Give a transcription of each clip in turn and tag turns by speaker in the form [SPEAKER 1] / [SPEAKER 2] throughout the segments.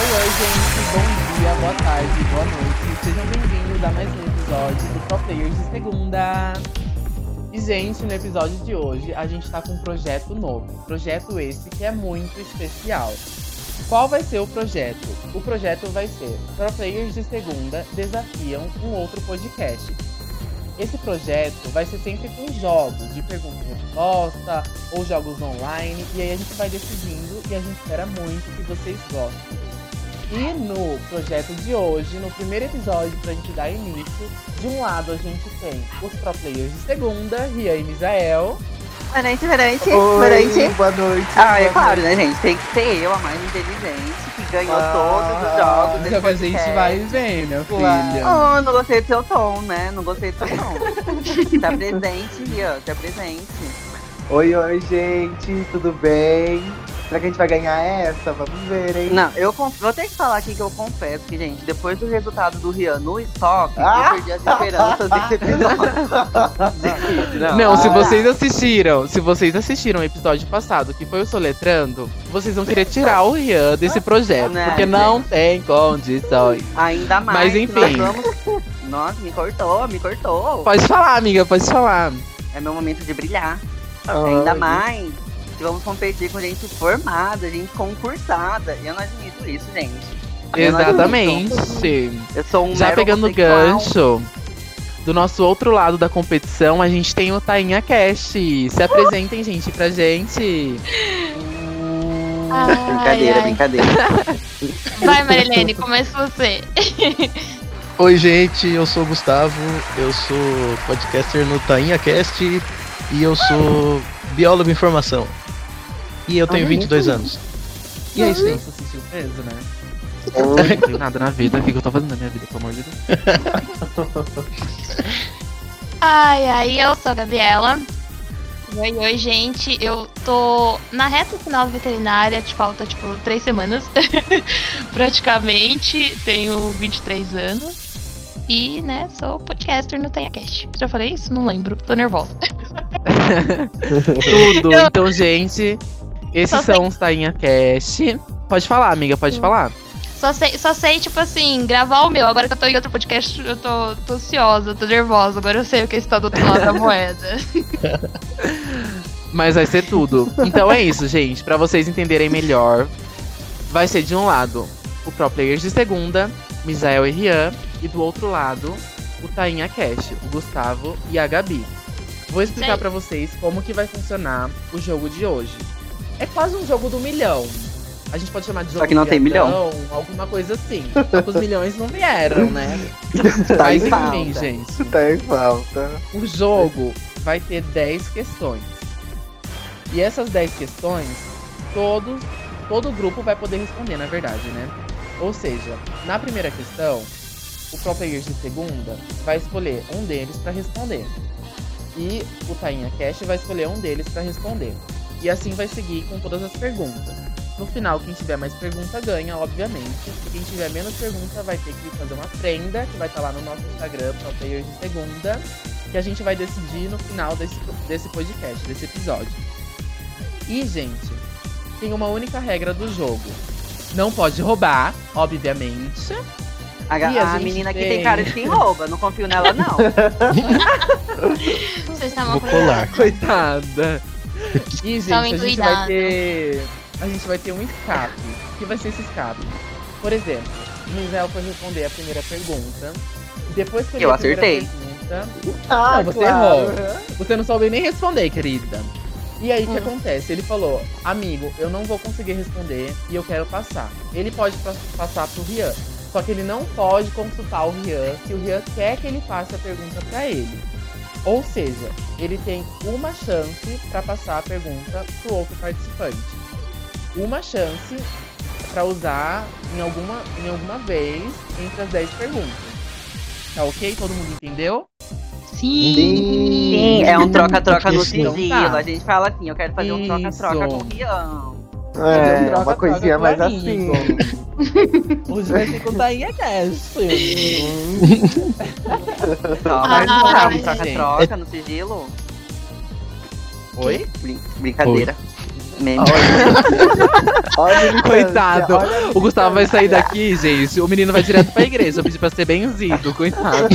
[SPEAKER 1] gente, bom dia, boa tarde, boa noite. Sejam bem-vindos a mais um episódio do Pro Players de Segunda. E, gente, no episódio de hoje a gente tá com um projeto novo. Projeto esse que é muito especial. Qual vai ser o projeto? O projeto vai ser Pro Players de Segunda desafiam um outro podcast. Esse projeto vai ser sempre com jogos de pergunta e resposta ou jogos online. E aí a gente vai decidindo e a gente espera muito que vocês gostem. E no projeto de hoje, no primeiro episódio pra gente dar início, de um lado a gente tem os pro players de segunda, Rian e Misael.
[SPEAKER 2] Boa noite, boa noite. boa noite.
[SPEAKER 3] Boa noite.
[SPEAKER 2] Ah, é claro, né, gente? Tem que ser eu, a mais inteligente, que ganhou
[SPEAKER 3] Ah.
[SPEAKER 2] todos os jogos. desse
[SPEAKER 1] Só que a gente
[SPEAKER 2] podcast.
[SPEAKER 1] vai ver, meu
[SPEAKER 3] Claro.
[SPEAKER 1] filho.
[SPEAKER 2] Oh, não gostei do seu tom, né? Não gostei do seu tom. tá presente, Rian, tá presente.
[SPEAKER 3] Oi, oi, gente, tudo bem? Será que a gente vai ganhar essa? Vamos ver, hein?
[SPEAKER 2] Não, eu conf- vou ter que falar aqui que eu confesso que, gente, depois do resultado do Rian no stop,
[SPEAKER 3] Ah!
[SPEAKER 2] eu perdi as esperanças desse episódio.
[SPEAKER 3] Não,
[SPEAKER 1] Não, se
[SPEAKER 2] Ah.
[SPEAKER 1] vocês assistiram, se vocês assistiram o episódio passado, que foi o Soletrando, vocês vão querer tirar o Rian desse projeto,
[SPEAKER 2] Né,
[SPEAKER 1] porque não tem condições.
[SPEAKER 2] Ainda mais.
[SPEAKER 1] Mas,
[SPEAKER 2] que
[SPEAKER 1] enfim.
[SPEAKER 2] Nós vamos... Nossa, me cortou, me cortou.
[SPEAKER 1] Pode falar, amiga, pode falar.
[SPEAKER 2] É meu momento de brilhar.
[SPEAKER 3] Ai.
[SPEAKER 2] Ainda mais que vamos competir com gente formada, gente concursada. E eu não admito isso, gente. Eu não admito.
[SPEAKER 1] Exatamente.
[SPEAKER 2] Eu sou um
[SPEAKER 1] Já
[SPEAKER 2] mero
[SPEAKER 1] pegando o
[SPEAKER 2] homossexual.
[SPEAKER 1] gancho do nosso outro lado da competição, a gente tem o Tainha Cash. Se apresentem, gente, pra gente.
[SPEAKER 4] Ai,
[SPEAKER 2] Brincadeira,
[SPEAKER 4] ai.
[SPEAKER 2] brincadeira.
[SPEAKER 4] Vai, Marilene, começa você.
[SPEAKER 5] Oi, gente, eu sou o Gustavo, eu sou podcaster no TainhaCast e eu sou biólogo em formação. E eu tenho 22 anos. E é isso aí.
[SPEAKER 1] Nossa, eu senti o peso, né? Eu não tenho nada na vida. O que que eu tô fazendo na minha vida, pelo amor de Deus?
[SPEAKER 4] Ai, ai, eu sou a Gabriela. Oi, oi, gente. Eu tô na reta final veterinária, te falta, tipo, três semanas. Praticamente, tenho 23 anos. E, né, sou podcaster no TenhaCast. Já falei isso? Não lembro. Tô nervosa.
[SPEAKER 1] Tudo.
[SPEAKER 4] Eu-
[SPEAKER 1] Então, gente, esses
[SPEAKER 4] Só sei-
[SPEAKER 1] são os Tainha Cash. Pode falar, amiga, pode falar.
[SPEAKER 4] Só sei, só sei, tipo assim, gravar o meu. Agora que eu tô em outro podcast, eu tô, tô ansiosa, tô nervosa. Agora eu sei o que está do outro lado da moeda.
[SPEAKER 1] Mas vai ser tudo. Então é isso, gente. Pra vocês entenderem melhor, vai ser de um lado o Pro Players de segunda, Misael e Rian, e do outro lado o Tainha Cash, o Gustavo e a Gabi. Vou explicar
[SPEAKER 4] Sei.
[SPEAKER 1] pra vocês como que vai funcionar o jogo de hoje. É quase um jogo do milhão. A gente pode chamar de jogo
[SPEAKER 2] que não
[SPEAKER 1] do
[SPEAKER 2] tem
[SPEAKER 1] viadão, Alguma coisa assim. Só que os milhões não vieram, né?
[SPEAKER 2] Tá em
[SPEAKER 1] Mas enfim,
[SPEAKER 2] falta.
[SPEAKER 1] gente.
[SPEAKER 3] Tá em falta.
[SPEAKER 1] O jogo vai ter 10 questões. E essas 10 questões, todo, todo grupo vai poder responder, na verdade, né? Ou seja, na primeira questão, o Pro Players de segunda vai escolher um deles para responder. E o Tainha Cash vai escolher um deles para responder. E assim vai seguir com todas as perguntas. No final, quem tiver mais pergunta ganha, obviamente. E quem tiver menos pergunta vai ter que fazer uma prenda, que vai estar lá no nosso Instagram, Pro Players de segunda que a gente vai decidir no final desse, desse podcast, desse episódio. E, gente, tem uma única regra do jogo. Não pode roubar, obviamente.
[SPEAKER 2] A, ga-
[SPEAKER 1] E a
[SPEAKER 2] a
[SPEAKER 1] gente
[SPEAKER 2] menina aqui
[SPEAKER 1] tem-
[SPEAKER 2] tem... cara de quem rouba, não confio nela, não.
[SPEAKER 4] Vocês estavam
[SPEAKER 5] Vou colar.
[SPEAKER 1] Coitada. E, gente, a
[SPEAKER 4] Tomem
[SPEAKER 1] gente vai
[SPEAKER 4] cuidado.
[SPEAKER 1] ter. A gente vai ter um escape. O que vai ser esse escape? Por exemplo, o Misael foi responder a primeira pergunta. Depois que ele
[SPEAKER 2] Eu
[SPEAKER 1] a primeira
[SPEAKER 2] acertei.
[SPEAKER 1] pergunta,
[SPEAKER 3] Ah,
[SPEAKER 1] Não, você Você não soube nem responder, querida. E aí, o que acontece? Ele falou, amigo, eu não vou conseguir responder e eu quero passar. Ele pode pa- passar pro Rian, só que ele não pode consultar o Rian se o Rian quer que ele faça a pergunta pra ele. Ou seja, ele tem uma chance pra passar a pergunta pro outro participante. Uma chance pra usar em alguma, em alguma vez entre as 10 perguntas. Tá ok? Todo mundo entendeu?
[SPEAKER 2] Sim, é um troca-troca no
[SPEAKER 5] Então
[SPEAKER 1] tá.
[SPEAKER 2] sigilo. A gente fala assim, eu quero fazer um troca-troca
[SPEAKER 1] Isso.
[SPEAKER 2] com o Rian.
[SPEAKER 3] É,
[SPEAKER 1] Troca,
[SPEAKER 3] uma
[SPEAKER 1] troca
[SPEAKER 3] coisinha
[SPEAKER 1] com
[SPEAKER 3] mais
[SPEAKER 1] amigo.
[SPEAKER 3] assim.
[SPEAKER 1] Hoje vai ter que contar em cash.
[SPEAKER 2] Troca,
[SPEAKER 4] Ah,
[SPEAKER 2] troca, um
[SPEAKER 4] gente.
[SPEAKER 2] troca, troca no sigilo.
[SPEAKER 1] Oi?
[SPEAKER 2] Brin- brincadeira. Meme.
[SPEAKER 3] Olha a
[SPEAKER 1] Coitado.
[SPEAKER 3] militância, olha a
[SPEAKER 1] O Gustavo vai sair
[SPEAKER 3] militância.
[SPEAKER 1] daqui, gente. O menino vai direto pra igreja. Eu pedi pra ser benzido, coitado.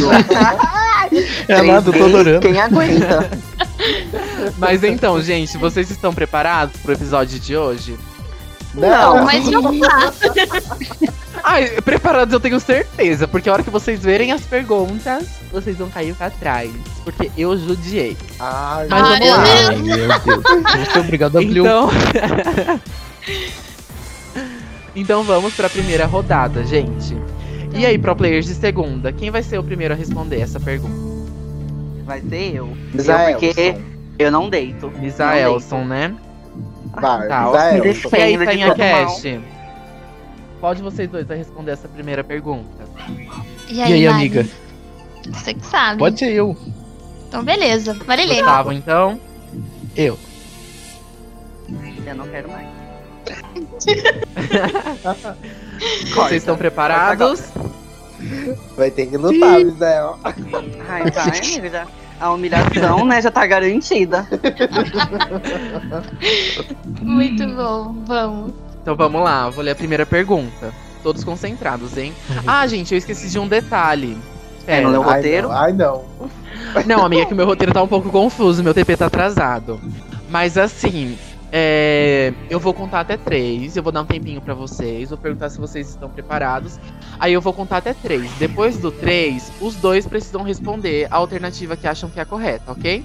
[SPEAKER 5] É lá do
[SPEAKER 2] 3D,
[SPEAKER 5] Todorando.
[SPEAKER 2] Quem aguenta?
[SPEAKER 1] Mas então, gente, vocês estão preparados pro episódio de hoje?
[SPEAKER 2] Não,
[SPEAKER 4] Mas vamos lá.
[SPEAKER 1] Ai, preparados eu tenho certeza, porque a hora que vocês verem as perguntas, vocês vão cair pra trás. Porque eu judiei.
[SPEAKER 3] Ai,
[SPEAKER 1] Mas
[SPEAKER 4] Ai,
[SPEAKER 1] vamos lá.
[SPEAKER 4] Ah, meu
[SPEAKER 5] Ai, meu Deus. Muito obrigado, W.
[SPEAKER 1] Então. então vamos pra primeira rodada, gente. E aí, pro players de segunda, quem vai ser o primeiro a responder essa pergunta?
[SPEAKER 2] vai ser eu.
[SPEAKER 3] Misaelson.
[SPEAKER 2] Eu, porque eu não deito.
[SPEAKER 1] Misaelson, né?
[SPEAKER 3] Vai,
[SPEAKER 1] Tá, ó.
[SPEAKER 3] Misaelson.
[SPEAKER 2] Me defende.
[SPEAKER 1] E aí,
[SPEAKER 2] Ainda de
[SPEAKER 1] Tainha
[SPEAKER 2] todo
[SPEAKER 1] Cash? Qual de vocês dois vai responder essa primeira pergunta?
[SPEAKER 4] E
[SPEAKER 5] E aí,
[SPEAKER 4] Mari?
[SPEAKER 5] amiga?
[SPEAKER 4] Você que sabe.
[SPEAKER 5] Pode ser eu.
[SPEAKER 4] Então, beleza. Marilene.
[SPEAKER 1] Gustavo, então?
[SPEAKER 5] Eu.
[SPEAKER 2] Eu não quero mais. Corta.
[SPEAKER 1] Vocês estão preparados?
[SPEAKER 3] Vai ter que lutar, Misael.
[SPEAKER 2] Ai, vai, amiga. já- A humilhação, né, já tá garantida.
[SPEAKER 4] Muito bom. Vamos.
[SPEAKER 1] Então vamos lá, vou ler a primeira pergunta. Todos concentrados, hein? Ah, gente, eu esqueci de um detalhe.
[SPEAKER 2] É,
[SPEAKER 1] Pera.
[SPEAKER 2] não leu o
[SPEAKER 3] Ai,
[SPEAKER 2] roteiro?
[SPEAKER 3] não, Ai, não.
[SPEAKER 1] Não, amiga, que o meu roteiro tá um pouco confuso, meu TP tá atrasado. Mas assim, é, eu vou contar até três, eu vou dar um tempinho pra vocês, vou perguntar se vocês estão preparados. Aí eu vou contar até três. Depois do três, os dois precisam responder a alternativa que acham que é a correta, ok?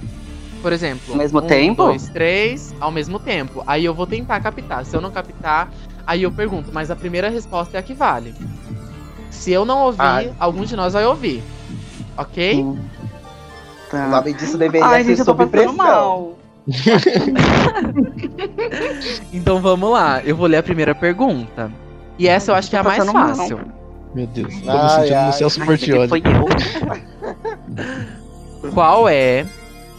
[SPEAKER 1] Por exemplo,
[SPEAKER 2] Ao mesmo
[SPEAKER 1] um,
[SPEAKER 2] tempo?
[SPEAKER 1] dois, três, ao mesmo tempo. Aí eu vou tentar captar. Se eu não captar, aí eu pergunto. Mas a primeira resposta é a que vale. Se eu não ouvir,
[SPEAKER 2] Ah.
[SPEAKER 3] Ai.
[SPEAKER 1] algum de nós vai ouvir, ok?
[SPEAKER 3] O
[SPEAKER 2] Tá.
[SPEAKER 3] nome disso deveria
[SPEAKER 2] Ai,
[SPEAKER 3] ser
[SPEAKER 2] gente, eu tô
[SPEAKER 3] sob
[SPEAKER 2] passando
[SPEAKER 3] pressão.
[SPEAKER 2] mal.
[SPEAKER 1] Então vamos lá, eu vou ler a primeira pergunta. E essa eu acho que é a
[SPEAKER 2] Tô
[SPEAKER 1] mais
[SPEAKER 2] tá passando mal.
[SPEAKER 1] fácil.
[SPEAKER 5] Meu Deus. Tô me
[SPEAKER 3] Ai,
[SPEAKER 5] sentindo
[SPEAKER 3] ai.
[SPEAKER 5] no Celso
[SPEAKER 2] Ai, gente, foi
[SPEAKER 5] Portioli.
[SPEAKER 2] eu.
[SPEAKER 1] Qual é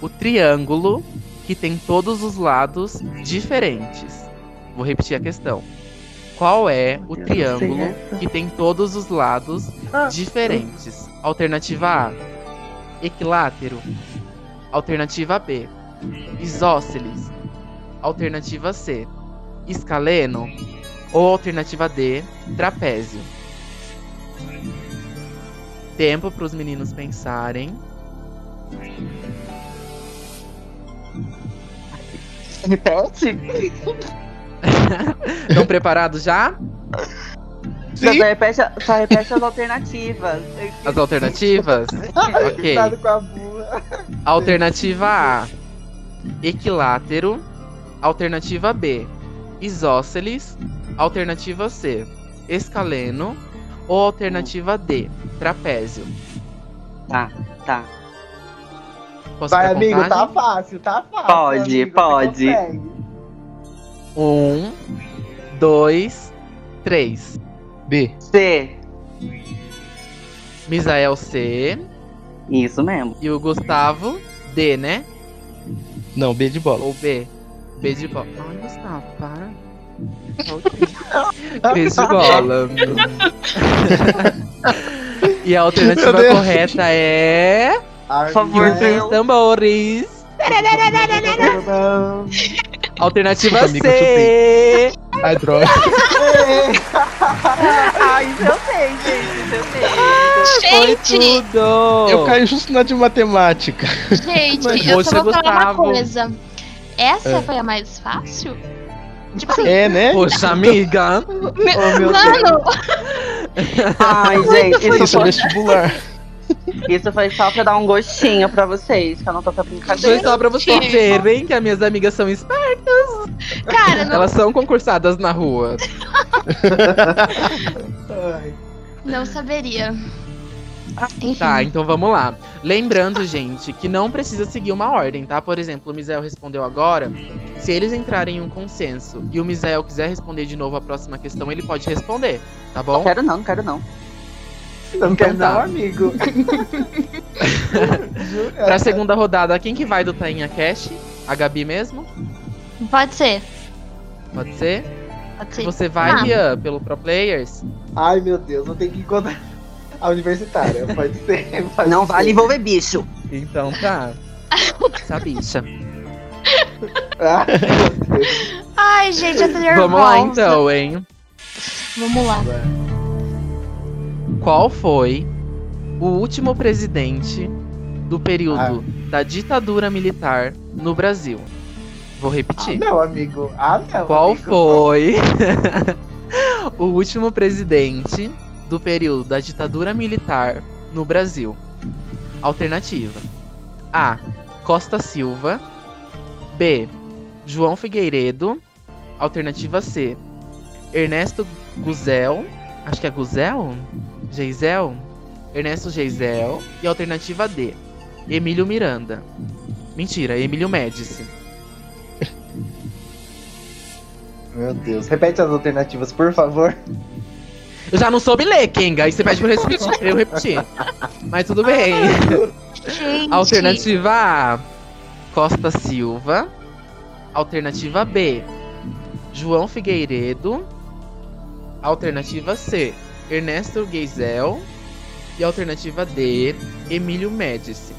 [SPEAKER 1] o triângulo que tem todos os lados diferentes? Vou repetir a questão. Qual é o
[SPEAKER 2] Sei
[SPEAKER 1] triângulo
[SPEAKER 2] essa.
[SPEAKER 1] que tem todos os lados
[SPEAKER 3] Ah.
[SPEAKER 1] diferentes? Alternativa A: equilátero. Alternativa B: isósceles. Alternativa C: escaleno. Ou alternativa D: trapézio. Tempo para os meninos pensarem.
[SPEAKER 2] Repete?
[SPEAKER 1] Estão preparados já?
[SPEAKER 2] Só
[SPEAKER 5] Sim.
[SPEAKER 2] repete, a- só repete as alternativas.
[SPEAKER 1] As alternativas? ok.
[SPEAKER 3] Cuidado com a bula.
[SPEAKER 1] Alternativa A: equilátero. Alternativa B: isósceles. Alternativa C: escaleno. Ou alternativa D: trapézio.
[SPEAKER 2] Tá, tá.
[SPEAKER 1] Posso
[SPEAKER 3] Vai,
[SPEAKER 1] dar
[SPEAKER 3] amigo, tá
[SPEAKER 1] contagem?
[SPEAKER 3] fácil, tá fácil.
[SPEAKER 2] Pode,
[SPEAKER 3] amigo, você
[SPEAKER 2] pode.
[SPEAKER 3] consegue. tá?
[SPEAKER 1] Um, dois, três.
[SPEAKER 5] B.
[SPEAKER 2] C.
[SPEAKER 1] Misael C.
[SPEAKER 2] Isso mesmo.
[SPEAKER 1] E o Gustavo D, né?
[SPEAKER 5] Não, B de bola.
[SPEAKER 1] Ou B. B de bola. Ai, Gustavo, para. Tá ok. B de bola. e a
[SPEAKER 5] Meu
[SPEAKER 1] alternativa
[SPEAKER 5] Deus.
[SPEAKER 1] correta é.
[SPEAKER 3] Ai,
[SPEAKER 2] Por favor,
[SPEAKER 3] Misael.
[SPEAKER 2] Deus.
[SPEAKER 1] Tambores. Alternativa
[SPEAKER 5] Desculpa, amigo, eu
[SPEAKER 1] C.
[SPEAKER 5] Ai, droga.
[SPEAKER 2] Ai, eu sei, gente, eu sei.
[SPEAKER 1] Foi
[SPEAKER 4] Gente,
[SPEAKER 1] tudo.
[SPEAKER 5] Eu caí justo na de matemática.
[SPEAKER 4] gente,
[SPEAKER 1] Mas
[SPEAKER 4] eu
[SPEAKER 1] você,
[SPEAKER 4] só vou falar
[SPEAKER 1] Gustavo.
[SPEAKER 4] uma coisa. Essa
[SPEAKER 5] É.
[SPEAKER 4] foi a mais fácil? Tipo assim,
[SPEAKER 5] É, né?
[SPEAKER 1] Poxa, amiga.
[SPEAKER 3] Oh, meu
[SPEAKER 4] mano,
[SPEAKER 2] Ai, gente, isso,
[SPEAKER 5] Isso é
[SPEAKER 2] foi,
[SPEAKER 5] vestibular.
[SPEAKER 2] isso foi só pra dar um gostinho pra vocês, que eu não tô pra
[SPEAKER 1] Foi
[SPEAKER 2] brincadeira.
[SPEAKER 1] só pra vocês
[SPEAKER 4] Gente.
[SPEAKER 1] verem que as minhas amigas são espertas.
[SPEAKER 4] cara, não,
[SPEAKER 1] Elas são concursadas na rua.
[SPEAKER 3] Ai.
[SPEAKER 4] não saberia. Enfim,
[SPEAKER 1] Tá, então vamos lá. Lembrando, gente, que não precisa seguir uma ordem, tá? Por exemplo, o Misael respondeu agora. Se eles entrarem em um consenso e o Misael quiser responder de novo a próxima questão, ele pode responder, tá
[SPEAKER 2] Não
[SPEAKER 1] bom?
[SPEAKER 2] quero não, não quero não.
[SPEAKER 3] Não quer
[SPEAKER 1] tá.
[SPEAKER 3] não, amigo. Juro.
[SPEAKER 1] Pra segunda rodada, quem que vai do Tainha Cash? A Gabi mesmo?
[SPEAKER 4] pode ser.
[SPEAKER 1] Pode ser?
[SPEAKER 4] Pode ser.
[SPEAKER 1] Você vai,
[SPEAKER 4] Ah.
[SPEAKER 1] Rian, pelo Pro Players?
[SPEAKER 3] Ai, meu Deus, vou ter que encontrar a universitária. Pode ser. pode
[SPEAKER 2] Não
[SPEAKER 3] ser.
[SPEAKER 2] vale envolver bicho.
[SPEAKER 1] Então tá. Essa bicha.
[SPEAKER 3] Ah, meu Deus.
[SPEAKER 4] Ai, gente, eu tô nervosa.
[SPEAKER 1] Vamos lá então, hein?
[SPEAKER 4] Vamos lá.
[SPEAKER 1] Qual foi o último presidente do período da ditadura militar no Brasil? Vou repetir.
[SPEAKER 3] Não, amigo. Ah, não.
[SPEAKER 1] Qual
[SPEAKER 3] amigo.
[SPEAKER 1] foi o último presidente do período da ditadura militar no Brasil? Alternativa: A. Costa Silva. B. João Figueiredo. Alternativa C. Ernesto Guzel. Acho que é Guzel? Geisel? Ernesto Geisel. E alternativa D. Emílio Miranda. Mentira, Emílio Médici.
[SPEAKER 3] Meu Deus. Repete as alternativas, por favor.
[SPEAKER 1] Eu já não soube ler, Kenga. Aí você pede pra eu repetir. pra eu repetir. Mas tudo bem.
[SPEAKER 4] Gente,
[SPEAKER 1] Alternativa A, Costa Silva. Alternativa B, João Figueiredo. Alternativa C, Ernesto Geisel. E alternativa D, Emílio Médici.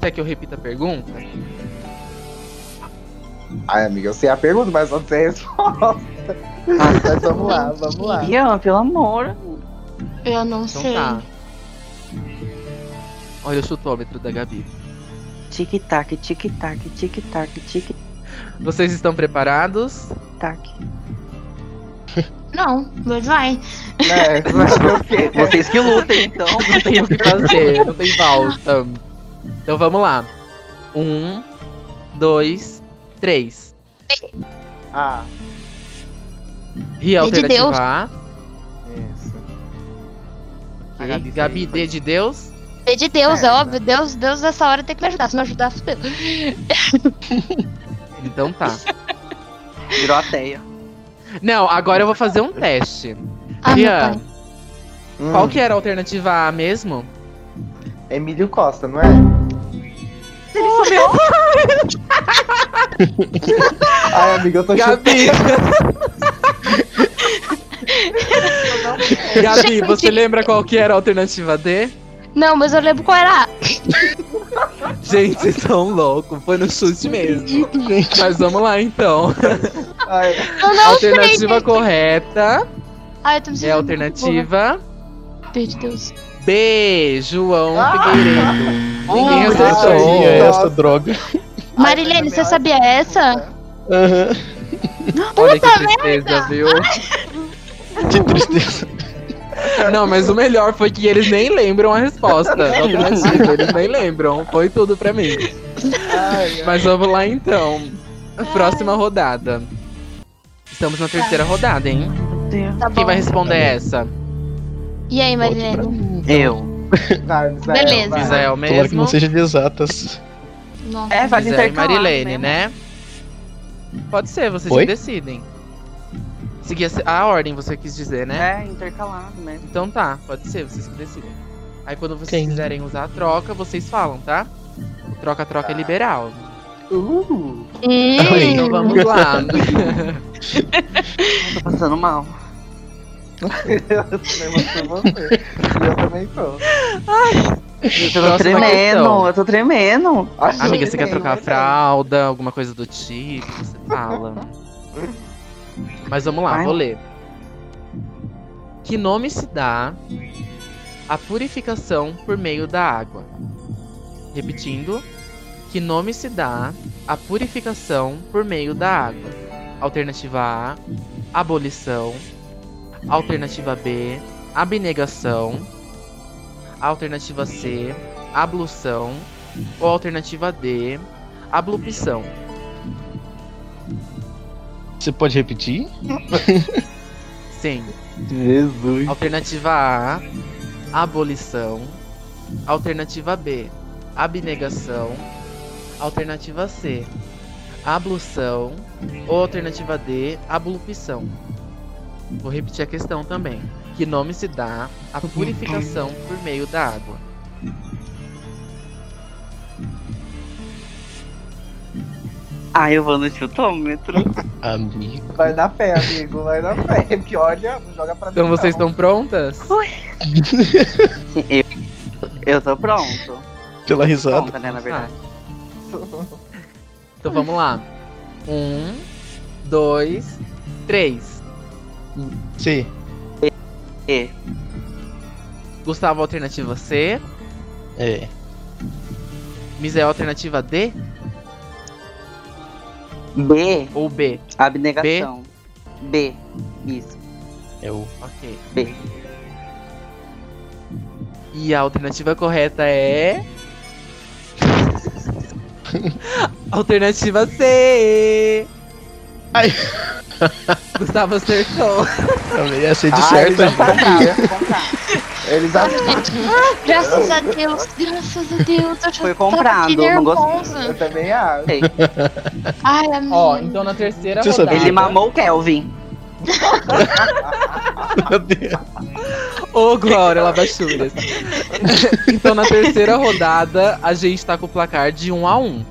[SPEAKER 1] Quer que eu repita a pergunta?
[SPEAKER 3] Ai, amiga, eu sei a pergunta, mas não sei a resposta. Mas vamos lá, vamos lá.
[SPEAKER 2] Ian, pelo amor.
[SPEAKER 4] eu não
[SPEAKER 1] Então
[SPEAKER 4] sei.
[SPEAKER 1] tá. Olha o chutômetro da Gabi.
[SPEAKER 2] Tic-tac, tic-tac, tic-tac,
[SPEAKER 1] Vocês estão preparados?
[SPEAKER 2] tic-tac.
[SPEAKER 4] Não, mas vai.
[SPEAKER 3] É, mas eu quê?
[SPEAKER 2] Vocês que lutem, então.
[SPEAKER 1] não tem o que fazer, não tem volta. Então vamos lá. Um, dois, três.
[SPEAKER 3] Ah,
[SPEAKER 1] E a
[SPEAKER 4] Dê de
[SPEAKER 1] alternativa
[SPEAKER 4] Deus.
[SPEAKER 1] A.
[SPEAKER 3] isso.
[SPEAKER 1] ok.
[SPEAKER 3] A Gabi
[SPEAKER 1] Gabi,
[SPEAKER 3] fez,
[SPEAKER 1] D de Deus.
[SPEAKER 4] É de Deus, é
[SPEAKER 3] Merda.
[SPEAKER 4] óbvio. Deus, Deus nessa hora tem que me ajudar. Se não ajudar, fudeu.
[SPEAKER 1] Então tá.
[SPEAKER 2] Virou a teia.
[SPEAKER 1] Não, agora eu vou fazer um teste.
[SPEAKER 4] Ah, meu
[SPEAKER 1] Ian,
[SPEAKER 4] pai.
[SPEAKER 3] Hum,
[SPEAKER 1] qual que era a alternativa A mesmo?
[SPEAKER 3] Emílio Costa, não é? Ai, amiga, eu tô
[SPEAKER 1] Gabi! Gabi, você lembra qual que era a alternativa D?
[SPEAKER 4] Não, mas eu lembro qual era.
[SPEAKER 1] Gente, vocês são loucos. Foi no chute mesmo. Mas vamos lá então.
[SPEAKER 3] chutando. Ai,
[SPEAKER 4] Eu
[SPEAKER 1] A
[SPEAKER 4] não sei.
[SPEAKER 1] alternativa correta
[SPEAKER 4] Ah, eu tô me
[SPEAKER 1] é
[SPEAKER 4] sentindo
[SPEAKER 1] a
[SPEAKER 4] muito
[SPEAKER 1] alternativa.
[SPEAKER 4] burra. Meu Deus.
[SPEAKER 1] B, João
[SPEAKER 4] Ah!
[SPEAKER 1] Figueiredo. Ninguém
[SPEAKER 2] Ah,
[SPEAKER 1] acertou.
[SPEAKER 5] Sozinha
[SPEAKER 3] Nossa.
[SPEAKER 5] é essa droga.
[SPEAKER 4] Marilene,
[SPEAKER 3] mas também,
[SPEAKER 4] você
[SPEAKER 3] olha,
[SPEAKER 4] sabia essa?
[SPEAKER 5] Aham,
[SPEAKER 1] Olha que tristeza, viu?
[SPEAKER 5] Que tristeza.
[SPEAKER 1] Não, mas o melhor foi que eles nem lembram a resposta. da Alternativa, eles nem lembram. Foi tudo pra mim.
[SPEAKER 3] ai, ai.
[SPEAKER 1] Mas vamos lá então. Próxima rodada. Estamos na terceira rodada, hein?
[SPEAKER 4] Tá
[SPEAKER 1] Quem
[SPEAKER 4] bom.
[SPEAKER 1] vai responder essa?
[SPEAKER 4] E aí,
[SPEAKER 5] Volta pra
[SPEAKER 4] Marilene?
[SPEAKER 5] mim.
[SPEAKER 2] Eu.
[SPEAKER 3] Vai, Misael,
[SPEAKER 4] Beleza.
[SPEAKER 3] vai.
[SPEAKER 1] Isael
[SPEAKER 5] Tomara que
[SPEAKER 1] mesmo.
[SPEAKER 5] não seja de exatas.
[SPEAKER 4] Nossa.
[SPEAKER 2] É, faz
[SPEAKER 1] Isael e
[SPEAKER 2] intercalar.
[SPEAKER 1] Marilene,
[SPEAKER 2] mesmo.
[SPEAKER 1] né? Pode ser, vocês
[SPEAKER 5] Oi?
[SPEAKER 1] que decidem. Seguir a- a ordem, você quis dizer, né?
[SPEAKER 2] É, intercalado mesmo.
[SPEAKER 1] Então tá, pode ser, vocês que decidem. Aí quando vocês
[SPEAKER 5] Quem?
[SPEAKER 1] quiserem usar a troca, vocês falam, tá? O troca-troca é liberal.
[SPEAKER 3] Uh,
[SPEAKER 5] Oi.
[SPEAKER 1] Então vamos lá.
[SPEAKER 2] Tô passando mal.
[SPEAKER 3] eu também vou com você. E eu também tô.
[SPEAKER 2] Gente, eu tô
[SPEAKER 1] Próxima
[SPEAKER 2] tremendo,
[SPEAKER 1] questão.
[SPEAKER 2] eu tô tremendo.
[SPEAKER 3] Acho
[SPEAKER 1] Amiga,
[SPEAKER 3] que
[SPEAKER 1] você quer
[SPEAKER 3] tem,
[SPEAKER 1] trocar a
[SPEAKER 3] mas-
[SPEAKER 1] fralda, alguma coisa do tipo, você fala. Mas vamos lá,
[SPEAKER 2] Vai.
[SPEAKER 1] vou ler. Que nome se dá à purificação por meio da água? Repetindo. Que nome se dá à purificação por meio da água? Alternativa A, abolição. Alternativa B, abnegação. Alternativa C, ablução. Ou alternativa D, ablupção.
[SPEAKER 5] Você pode repetir?
[SPEAKER 1] Sim.
[SPEAKER 3] Jesus.
[SPEAKER 1] Alternativa A, abolição. Alternativa B, abnegação. Alternativa C, ablução. Ou alternativa D, ablupção. Vou repetir a questão também. Que nome se dá à purificação por meio da água?
[SPEAKER 2] Ah, eu vou no chutômetro.
[SPEAKER 5] Amigo.
[SPEAKER 3] Vai na fé, amigo, vai na fé. Porque olha, não joga pra
[SPEAKER 1] Então
[SPEAKER 3] mim,
[SPEAKER 1] vocês
[SPEAKER 3] não.
[SPEAKER 1] estão prontas?
[SPEAKER 2] Eu, eu tô pronto.
[SPEAKER 5] Pela
[SPEAKER 1] É,
[SPEAKER 5] risada.
[SPEAKER 2] Pronta, né, na verdade.
[SPEAKER 1] Então vamos lá. Um, dois, três.
[SPEAKER 5] Sim.
[SPEAKER 2] E.
[SPEAKER 1] Gustavo, alternativa C.
[SPEAKER 5] É.
[SPEAKER 1] Misael, é alternativa D
[SPEAKER 2] B.
[SPEAKER 1] ou B?
[SPEAKER 2] Abnegação. B. Isso.
[SPEAKER 5] É o.
[SPEAKER 1] Ok.
[SPEAKER 2] B.
[SPEAKER 1] E a alternativa correta é. alternativa C!
[SPEAKER 5] Ai.
[SPEAKER 1] Gustavo acertou.
[SPEAKER 5] Também ia ser de
[SPEAKER 3] Ah,
[SPEAKER 5] certo.
[SPEAKER 3] ele já
[SPEAKER 5] gente.
[SPEAKER 3] sabia. Eles já
[SPEAKER 4] Graças a Deus, graças a Deus. Eu já
[SPEAKER 2] Foi
[SPEAKER 4] tava
[SPEAKER 2] comprado,
[SPEAKER 4] aqui
[SPEAKER 2] não gostei.
[SPEAKER 4] nervosa.
[SPEAKER 3] Eu também acho.
[SPEAKER 4] Ai, amigo.
[SPEAKER 1] Ó, então na terceira
[SPEAKER 5] Deixa eu
[SPEAKER 1] rodada.
[SPEAKER 5] saber.
[SPEAKER 2] Ele mamou o Kelvin.
[SPEAKER 5] Meu Deus.
[SPEAKER 1] Ô, Glória Lavachuras. então na terceira rodada, a gente tá com o placar de 1 a 1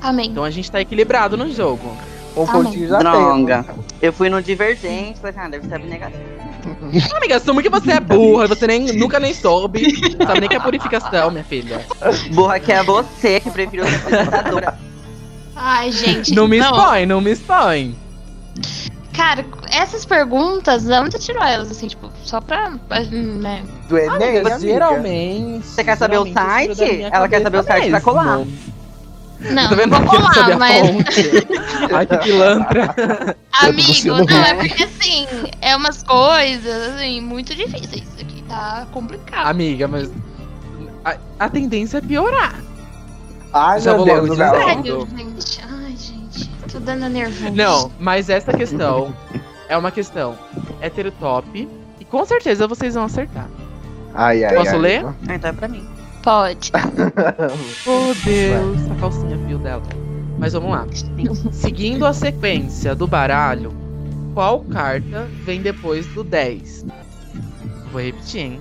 [SPEAKER 4] Amém.
[SPEAKER 1] Então a gente tá equilibrado no jogo.
[SPEAKER 3] Um pontinho já
[SPEAKER 2] Droga. Eu fui no Divergente, falei, ah, deve ser abnegação.
[SPEAKER 1] Amiga, assume que você é burra, você nem, nunca nem soube. Sabe nem que é purificação, minha filha.
[SPEAKER 2] Burra que é você que preferiu ser apresentadora.
[SPEAKER 4] Ai, gente.
[SPEAKER 1] Não me expõe, não me expõe.
[SPEAKER 4] Cara, essas perguntas, da onde você tirou elas? Assim, tipo, só pra. Né?
[SPEAKER 3] tem. Do Enem,
[SPEAKER 1] Amiga,
[SPEAKER 3] amiga.
[SPEAKER 1] geralmente.
[SPEAKER 2] Você quer saber o
[SPEAKER 1] geralmente eu tiro
[SPEAKER 2] site?
[SPEAKER 1] da minha
[SPEAKER 2] Ela quer
[SPEAKER 1] cabeça é
[SPEAKER 2] saber o site pra
[SPEAKER 1] mesmo.
[SPEAKER 2] colar.
[SPEAKER 4] Não,
[SPEAKER 1] Tá vendo?
[SPEAKER 4] não
[SPEAKER 1] Ela
[SPEAKER 4] vou
[SPEAKER 1] quer saber
[SPEAKER 4] falar,
[SPEAKER 1] a
[SPEAKER 4] mas.
[SPEAKER 1] fonte. Ai, que pilantra.
[SPEAKER 4] Amigo,
[SPEAKER 5] Luciano
[SPEAKER 4] não, é porque assim, é umas coisas, assim, muito difíceis. Isso aqui tá complicado.
[SPEAKER 1] Amiga, mas. A, a tendência é piorar.
[SPEAKER 3] Ai,
[SPEAKER 1] Já
[SPEAKER 3] meu
[SPEAKER 1] vou
[SPEAKER 3] Deus,
[SPEAKER 1] logo
[SPEAKER 3] Léo.
[SPEAKER 1] dizer.
[SPEAKER 4] Sério, gente. Ai, gente, tô dando nervoso.
[SPEAKER 1] Não, mas essa questão é uma questão heterotop. E com certeza vocês vão acertar.
[SPEAKER 3] Ai, ai,
[SPEAKER 1] Posso
[SPEAKER 3] ai.
[SPEAKER 1] ler?
[SPEAKER 2] Ah, então é pra mim.
[SPEAKER 4] Pode.
[SPEAKER 1] Oh, Deus. A calcinha fio dela. Mas vamos lá. Seguindo a sequência do baralho, qual carta vem depois do 10? Vou repetir, hein?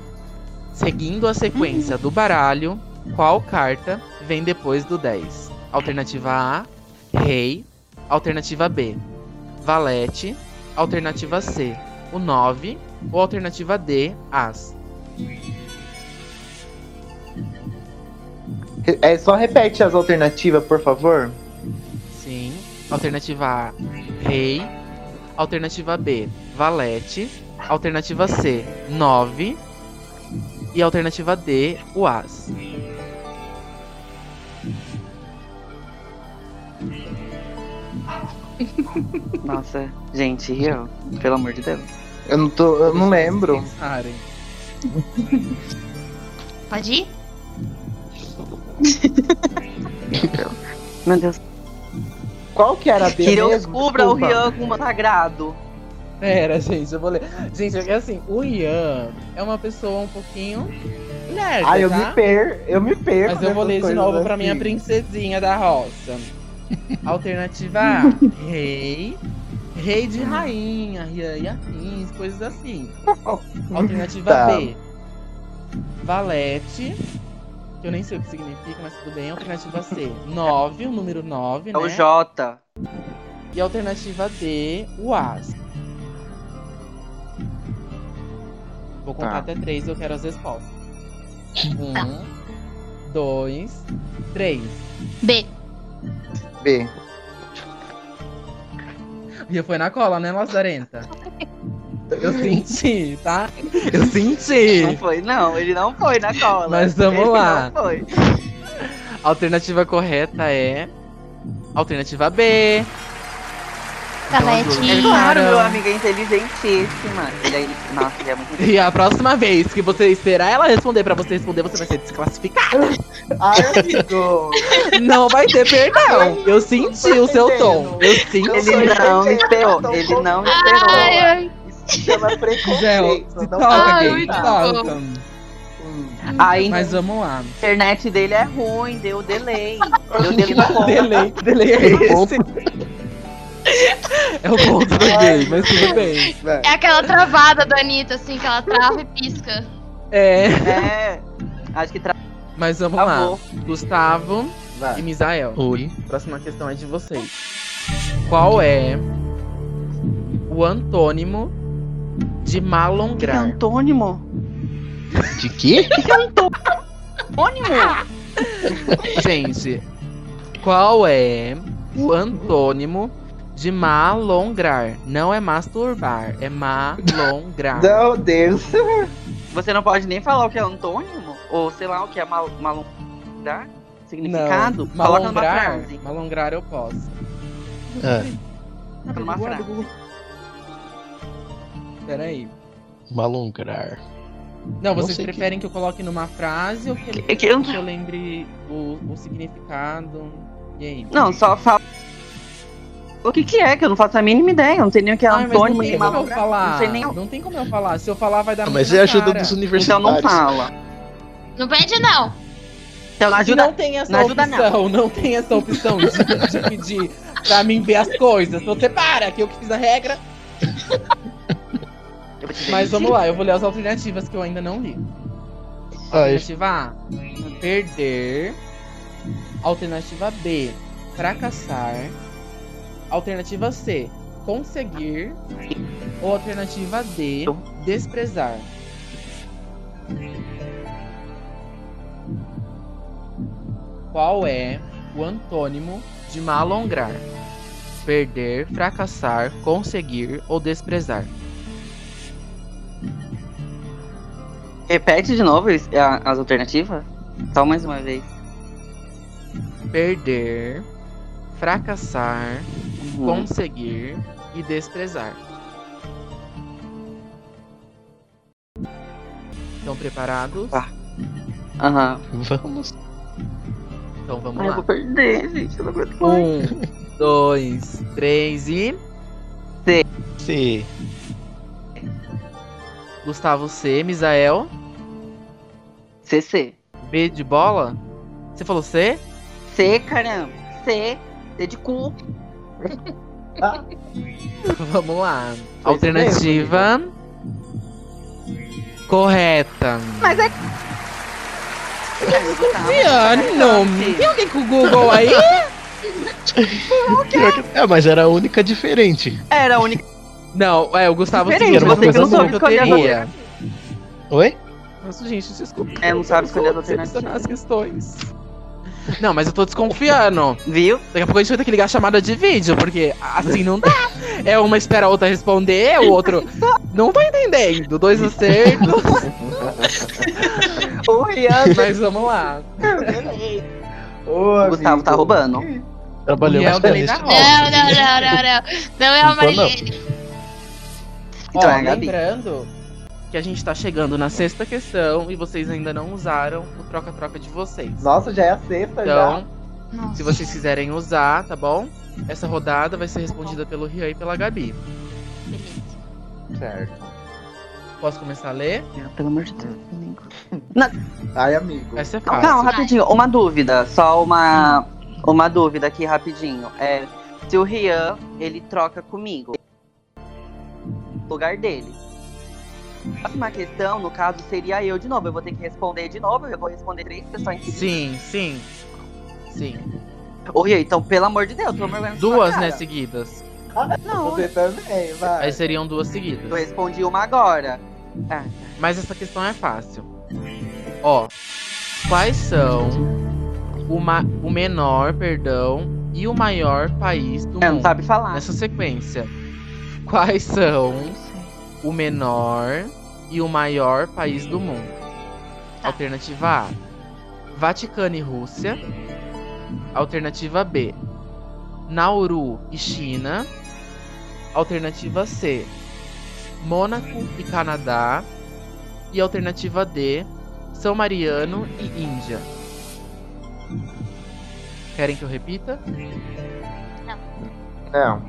[SPEAKER 1] Seguindo a sequência do baralho, qual carta vem depois do 10? Alternativa A, Rei. Alternativa B, Valete. Alternativa C, o 9. Ou alternativa D, As.
[SPEAKER 3] É, só repete as alternativas, por favor.
[SPEAKER 1] Sim. Alternativa A, Rei. Alternativa B, Valete. Alternativa C, 9. E alternativa D, o As.
[SPEAKER 2] Nossa, gente, eu, pelo amor de Deus.
[SPEAKER 3] Eu não tô. Eu não lembro.
[SPEAKER 1] Pensarem.
[SPEAKER 4] Pode ir?
[SPEAKER 2] Meu Deus.
[SPEAKER 3] Qual que era a B
[SPEAKER 2] Que Deus
[SPEAKER 3] mesmo?
[SPEAKER 2] cubra um o
[SPEAKER 3] Desculpa.
[SPEAKER 2] Rian com o sagrado.
[SPEAKER 1] Pera, gente, eu vou ler. Gente, é que assim, o Ian é uma pessoa um pouquinho nerd,
[SPEAKER 3] Ai, eu
[SPEAKER 1] tá?
[SPEAKER 3] me perco. Eu me perco.
[SPEAKER 1] Mas eu vou
[SPEAKER 3] nessas
[SPEAKER 1] ler de
[SPEAKER 3] coisas
[SPEAKER 1] novo pra
[SPEAKER 3] assim.
[SPEAKER 1] minha princesinha da roça. Alternativa A, rei. Rei de rainha, Rian e afins, coisas assim. Alternativa
[SPEAKER 3] Tá.
[SPEAKER 1] B, valete. Que eu nem sei o que significa, mas tudo bem. Alternativa C, 9, o número 9,
[SPEAKER 2] É o
[SPEAKER 1] né?
[SPEAKER 2] Jota.
[SPEAKER 1] E alternativa D, o As. Vou contar
[SPEAKER 3] Tá.
[SPEAKER 1] até três e eu quero as respostas. Um, dois, três.
[SPEAKER 4] B.
[SPEAKER 3] B.
[SPEAKER 1] E foi na cola, né, Lazarenta? Eu senti, tá? Eu senti.
[SPEAKER 2] Não foi, não. Ele não foi na cola.
[SPEAKER 1] Mas vamos
[SPEAKER 2] Ele
[SPEAKER 1] lá.
[SPEAKER 2] Não foi.
[SPEAKER 1] A alternativa correta é. Alternativa B.
[SPEAKER 2] É
[SPEAKER 4] Valete.
[SPEAKER 2] claro,
[SPEAKER 1] Claro.
[SPEAKER 2] meu amigo, é inteligentíssima. Ele é- Nossa, ele é muito inteligente.
[SPEAKER 1] E a próxima vez que você esperar ela responder pra você responder, você vai ser desclassificado.
[SPEAKER 3] Ai, amigo.
[SPEAKER 1] Não vai ter perdão. Eu senti o seu tom. Eu senti.
[SPEAKER 3] sou
[SPEAKER 2] Ele não
[SPEAKER 3] inteligente, eu tô
[SPEAKER 2] esperou. Ele não
[SPEAKER 1] É
[SPEAKER 4] Ai,
[SPEAKER 2] esperou.
[SPEAKER 4] ai.
[SPEAKER 3] Isso se chama
[SPEAKER 1] Gel,
[SPEAKER 3] preconceito.
[SPEAKER 1] se
[SPEAKER 3] não
[SPEAKER 1] toca,
[SPEAKER 4] Ai,
[SPEAKER 3] pode
[SPEAKER 1] gay, se
[SPEAKER 4] muito
[SPEAKER 3] aceitar.
[SPEAKER 1] toca.
[SPEAKER 3] Hum.
[SPEAKER 2] Aí
[SPEAKER 1] Mas vamos lá.
[SPEAKER 2] a internet dele é ruim, deu delay. Deu delay na conta.
[SPEAKER 1] Delay, delay é esse. É o ponto do gay, mas tudo bem.
[SPEAKER 3] Vai.
[SPEAKER 4] É aquela travada da Anitta, assim, que ela trava e pisca.
[SPEAKER 1] É,
[SPEAKER 2] É. Acho que
[SPEAKER 1] mas vamos lá.
[SPEAKER 2] travou.
[SPEAKER 1] Gustavo e
[SPEAKER 3] Vai.
[SPEAKER 1] Misael.
[SPEAKER 5] Oi.
[SPEAKER 1] Próxima questão é de vocês. Qual é o antônimo de malongrar?
[SPEAKER 2] Antônimo.
[SPEAKER 5] De quê?
[SPEAKER 2] Antônimo?
[SPEAKER 1] Gente, qual é o antônimo de malongrar. Não é masturbar, é malongrar.
[SPEAKER 3] Meu Deus.
[SPEAKER 2] Você não pode nem falar o que é antônimo, ou sei lá o que é mal, malongrar, significado.
[SPEAKER 1] Não,
[SPEAKER 2] Coloca numa
[SPEAKER 1] malongrar,
[SPEAKER 2] frase.
[SPEAKER 1] malongrar eu posso.
[SPEAKER 5] É,
[SPEAKER 1] Ah,
[SPEAKER 2] Numa
[SPEAKER 1] guarda,
[SPEAKER 2] frase.
[SPEAKER 1] Gugu. Peraí.
[SPEAKER 5] malongrar.
[SPEAKER 1] Não,
[SPEAKER 5] Não
[SPEAKER 1] vocês
[SPEAKER 5] sei que-
[SPEAKER 1] preferem que... eu coloque numa frase ou que,
[SPEAKER 2] É que eu não-
[SPEAKER 1] que eu lembre o, o significado? E aí?
[SPEAKER 2] Não, só fala. O que que é? Que eu não faço a mínima ideia. Eu não sei nem o que é
[SPEAKER 1] Ai, mas
[SPEAKER 2] antônimo,
[SPEAKER 1] não
[SPEAKER 2] nem
[SPEAKER 1] tem como eu
[SPEAKER 2] malongrar.
[SPEAKER 1] falar.
[SPEAKER 2] Não sei nem.
[SPEAKER 1] Não tem como eu falar. Se eu falar, vai dar
[SPEAKER 5] Ah,
[SPEAKER 1] muito
[SPEAKER 5] mas
[SPEAKER 1] na
[SPEAKER 5] é a ajuda
[SPEAKER 1] cara.
[SPEAKER 5] dos
[SPEAKER 2] Então
[SPEAKER 5] universitários.
[SPEAKER 2] não fala.
[SPEAKER 4] Não pede, não.
[SPEAKER 2] Então não ajuda.
[SPEAKER 1] Não tem essa
[SPEAKER 2] não ajuda
[SPEAKER 1] opção. Não. tem essa opção de, de pedir pra mim ver as coisas. Então, Você para, que eu que fiz a regra.
[SPEAKER 2] Eu vou te
[SPEAKER 1] Mas
[SPEAKER 2] dizer.
[SPEAKER 1] vamos lá, eu vou ler as alternativas que eu ainda não li.
[SPEAKER 5] Ai,
[SPEAKER 1] Alternativa A, perder. Alternativa B, fracassar. Alternativa C, conseguir. Ou alternativa D, desprezar. Qual é o antônimo de malongrar? Perder, fracassar, conseguir ou desprezar?
[SPEAKER 2] Repete de novo es- a- as alternativas? Só mais uma vez.
[SPEAKER 1] Perder, fracassar,
[SPEAKER 2] Hum.
[SPEAKER 1] conseguir e desprezar. Estão preparados?
[SPEAKER 2] Tá. Aham.
[SPEAKER 5] vamos.
[SPEAKER 1] Então vamos
[SPEAKER 2] Ai, eu vou
[SPEAKER 1] lá.
[SPEAKER 2] perder, gente. Eu não aguento mais.
[SPEAKER 1] Um, dois, três e.
[SPEAKER 5] Sim.
[SPEAKER 1] Gustavo C, Misael.
[SPEAKER 2] CC.
[SPEAKER 1] B de bola? Você falou C?
[SPEAKER 2] C, caramba. C. C de cu.
[SPEAKER 1] Vamos lá.
[SPEAKER 3] Foi isso mesmo,
[SPEAKER 1] Alternativa. Correta.
[SPEAKER 2] Mas é.
[SPEAKER 1] Viane, não. Tem alguém com o Google aí?
[SPEAKER 5] É, mas era a única diferente.
[SPEAKER 2] Era a única
[SPEAKER 1] Não, é, o Gustavo
[SPEAKER 2] diferente.
[SPEAKER 5] era uma
[SPEAKER 2] Você que não é
[SPEAKER 5] coisa
[SPEAKER 2] soube
[SPEAKER 1] que eu
[SPEAKER 2] escolher as
[SPEAKER 1] teria.
[SPEAKER 2] alternativas.
[SPEAKER 5] Oi?
[SPEAKER 1] Nossa, gente, desculpa.
[SPEAKER 2] É, não sabe escolher as
[SPEAKER 1] Eu vou decepcionar
[SPEAKER 2] alternativas.
[SPEAKER 1] as questões. Não, mas eu tô desconfiando.
[SPEAKER 2] Viu?
[SPEAKER 1] Daqui a pouco a gente vai ter que ligar a chamada de vídeo, porque assim não dá. É uma espera a outra responder, o outro. Não tô entendendo. Dois acertos,
[SPEAKER 2] O Rian.
[SPEAKER 1] mas vamos lá.
[SPEAKER 3] Ô,
[SPEAKER 2] O Gustavo tá
[SPEAKER 3] amigo.
[SPEAKER 2] roubando.
[SPEAKER 5] Trabalhamos
[SPEAKER 1] E é o
[SPEAKER 5] pra
[SPEAKER 1] Belém
[SPEAKER 5] isso.
[SPEAKER 1] da Roça.
[SPEAKER 4] Não, não, não, não, não. Não é
[SPEAKER 5] Não
[SPEAKER 4] uma
[SPEAKER 5] foi, não.
[SPEAKER 4] Marilene.
[SPEAKER 2] Então
[SPEAKER 1] Ó,
[SPEAKER 2] é a Gabi.
[SPEAKER 1] lembrando que a gente tá chegando na sexta questão e vocês ainda não usaram o troca-troca de vocês.
[SPEAKER 3] Nossa, já é a sexta já.
[SPEAKER 1] Então,
[SPEAKER 4] Nossa.
[SPEAKER 1] se vocês quiserem usar, tá bom? Essa rodada vai ser respondida pelo Rian e pela Gabi.
[SPEAKER 4] Beleza.
[SPEAKER 1] Então.
[SPEAKER 3] Certo.
[SPEAKER 1] Posso começar a ler?
[SPEAKER 2] Pelo amor de Deus.
[SPEAKER 3] Ai, amigo.
[SPEAKER 1] Essa é
[SPEAKER 2] Calma,
[SPEAKER 1] fácil.
[SPEAKER 2] calma, rapidinho. Uma dúvida. Só uma, uma dúvida aqui, rapidinho. É, se o Rian, ele troca comigo. o Lugar dele. A próxima questão, no caso, seria eu de novo. Eu vou ter que responder de novo. Eu vou responder três questões. seguidas.
[SPEAKER 1] Sim, sim. Sim.
[SPEAKER 2] Ô, Rian, então, pelo amor de Deus, tô vergonha na sua
[SPEAKER 1] Duas,
[SPEAKER 2] cara.
[SPEAKER 1] né, seguidas.
[SPEAKER 2] Não,
[SPEAKER 3] Você também, vai.
[SPEAKER 1] Aí seriam duas
[SPEAKER 2] eu
[SPEAKER 1] seguidas.
[SPEAKER 2] respondi uma agora. Ah,
[SPEAKER 1] Mas essa questão é fácil. Ó, quais são o, ma- o menor, perdão, e o maior país do
[SPEAKER 2] é, não
[SPEAKER 1] mundo?
[SPEAKER 2] sabe falar.
[SPEAKER 1] Nessa sequência. Quais são o menor e o maior país do mundo? Alternativa A: Vaticano e Rússia. Alternativa B: Nauru e China. Alternativa C: Mônaco e Canadá. E alternativa D: São Mariano e Índia. Querem que eu repita?
[SPEAKER 3] Não.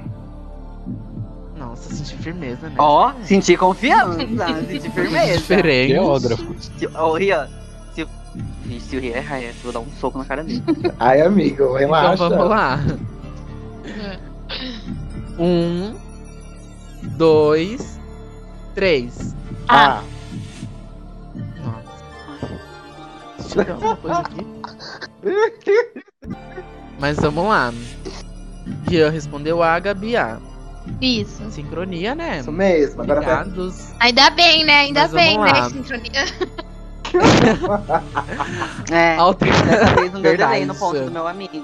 [SPEAKER 1] Nossa, senti firmeza, né?
[SPEAKER 2] Ó, senti confiança, senti
[SPEAKER 3] É
[SPEAKER 2] firmeza.
[SPEAKER 1] Diferente.
[SPEAKER 5] Geógrafo.
[SPEAKER 2] Se- Ô, Rian, se. Vixe, se o Rian errar essa, eu vou dar um soco na cara dele.
[SPEAKER 3] Ai, amigo, relaxa.
[SPEAKER 1] Então vamos lá. Um, dois, três.
[SPEAKER 4] Ah,
[SPEAKER 3] Ah,
[SPEAKER 1] Nossa. Deixa eu ver alguma coisa aqui. Mas vamos lá. Rian respondeu A, Gabi A.
[SPEAKER 4] isso.
[SPEAKER 1] Sincronia, né?
[SPEAKER 3] isso mesmo. Agora tá.
[SPEAKER 1] Obrigados.
[SPEAKER 4] Ainda bem, né? Ainda
[SPEAKER 1] Mas
[SPEAKER 4] bem,
[SPEAKER 1] vamos
[SPEAKER 4] né?
[SPEAKER 1] lá.
[SPEAKER 4] Sincronia.
[SPEAKER 2] É,
[SPEAKER 1] Alternativa.
[SPEAKER 2] dessa vez não deu
[SPEAKER 1] Verdade.
[SPEAKER 2] delay no ponto do meu amigo.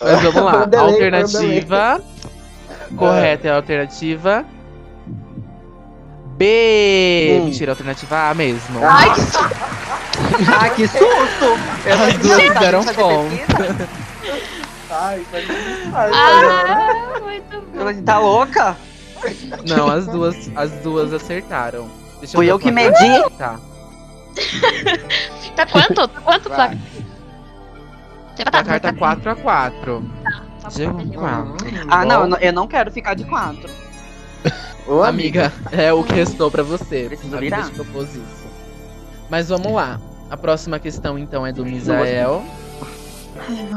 [SPEAKER 1] vamos lá.
[SPEAKER 3] Foi um delay, foi um
[SPEAKER 1] alternativa. Correta é a alternativa. B.
[SPEAKER 3] Hum.
[SPEAKER 1] Mentira, alternativa A mesmo.
[SPEAKER 3] Ah.
[SPEAKER 4] Ai, que susto!
[SPEAKER 2] Ah, que susto! Eu
[SPEAKER 1] As duas deram fome.
[SPEAKER 3] Ai, mas... Ai,
[SPEAKER 4] Ah, muito bom.
[SPEAKER 2] Ela tá louca?
[SPEAKER 1] Não, as duas, as duas acertaram. Deixa
[SPEAKER 2] Fui
[SPEAKER 1] ver
[SPEAKER 2] eu
[SPEAKER 1] o
[SPEAKER 2] que
[SPEAKER 1] placar.
[SPEAKER 2] medi.
[SPEAKER 1] Tá.
[SPEAKER 4] Tá quanto? Tá quanto,
[SPEAKER 3] Vai.
[SPEAKER 4] placa? Tem
[SPEAKER 1] O placar tá 4x4.
[SPEAKER 3] Hum,
[SPEAKER 2] Ah, não, eu
[SPEAKER 3] bom.
[SPEAKER 2] não- eu não quero ficar de quatro.
[SPEAKER 3] Ô,
[SPEAKER 1] Amiga, é o que restou pra você.
[SPEAKER 2] Preciso
[SPEAKER 1] A vida
[SPEAKER 2] virar.
[SPEAKER 1] te propôs isso. Mas vamos lá. A próxima questão então é do Misael.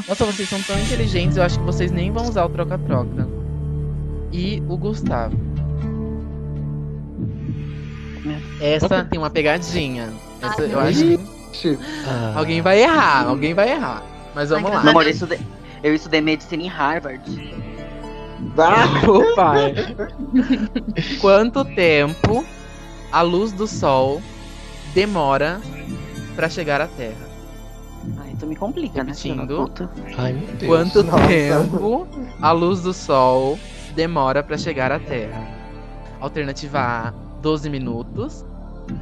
[SPEAKER 1] Nossa, vocês são tão inteligentes, eu acho que vocês nem vão usar o troca-troca. E o Gustavo. Essa tem uma pegadinha. Essa, eu acho que
[SPEAKER 3] Gente,
[SPEAKER 5] Ah,
[SPEAKER 1] alguém vai errar, alguém vai errar. Mas vamos
[SPEAKER 4] Ai,
[SPEAKER 1] lá.
[SPEAKER 4] que
[SPEAKER 2] Meu amor, eu estudei, eu estudei medicina em Harvard.
[SPEAKER 3] dá.
[SPEAKER 1] Ô, pai. Ah, Quanto tempo a luz do sol demora pra chegar à Terra?
[SPEAKER 2] Ai, tu me complica, né? filha da
[SPEAKER 1] Repetindo.
[SPEAKER 2] puta?
[SPEAKER 5] Ai, meu Deus.
[SPEAKER 1] Quanto
[SPEAKER 3] nossa.
[SPEAKER 1] tempo a luz do sol demora pra chegar à Terra? Alternativa A, 12 minutos.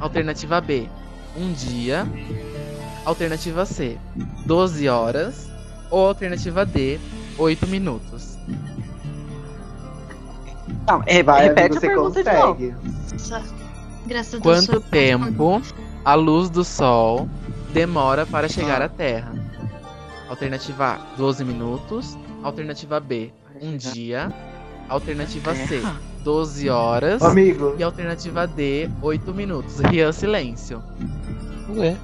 [SPEAKER 1] Alternativa B, um dia. Alternativa C, 12 horas. Ou alternativa D, 8 minutos.
[SPEAKER 2] Não, é,
[SPEAKER 3] Vai, amigo,
[SPEAKER 2] repete a
[SPEAKER 3] você
[SPEAKER 2] pergunta de novo.
[SPEAKER 3] consegue.
[SPEAKER 4] Nossa, Graças a Deus.
[SPEAKER 1] Quanto
[SPEAKER 4] sou-
[SPEAKER 1] tempo a luz do sol demora para chegar à Terra? Alternativa A, 12 minutos. Alternativa B, um dia. Alternativa C, 12 horas.
[SPEAKER 3] Ô, Amigo,
[SPEAKER 1] E alternativa D, 8 minutos. Rian, silêncio.
[SPEAKER 5] Ué.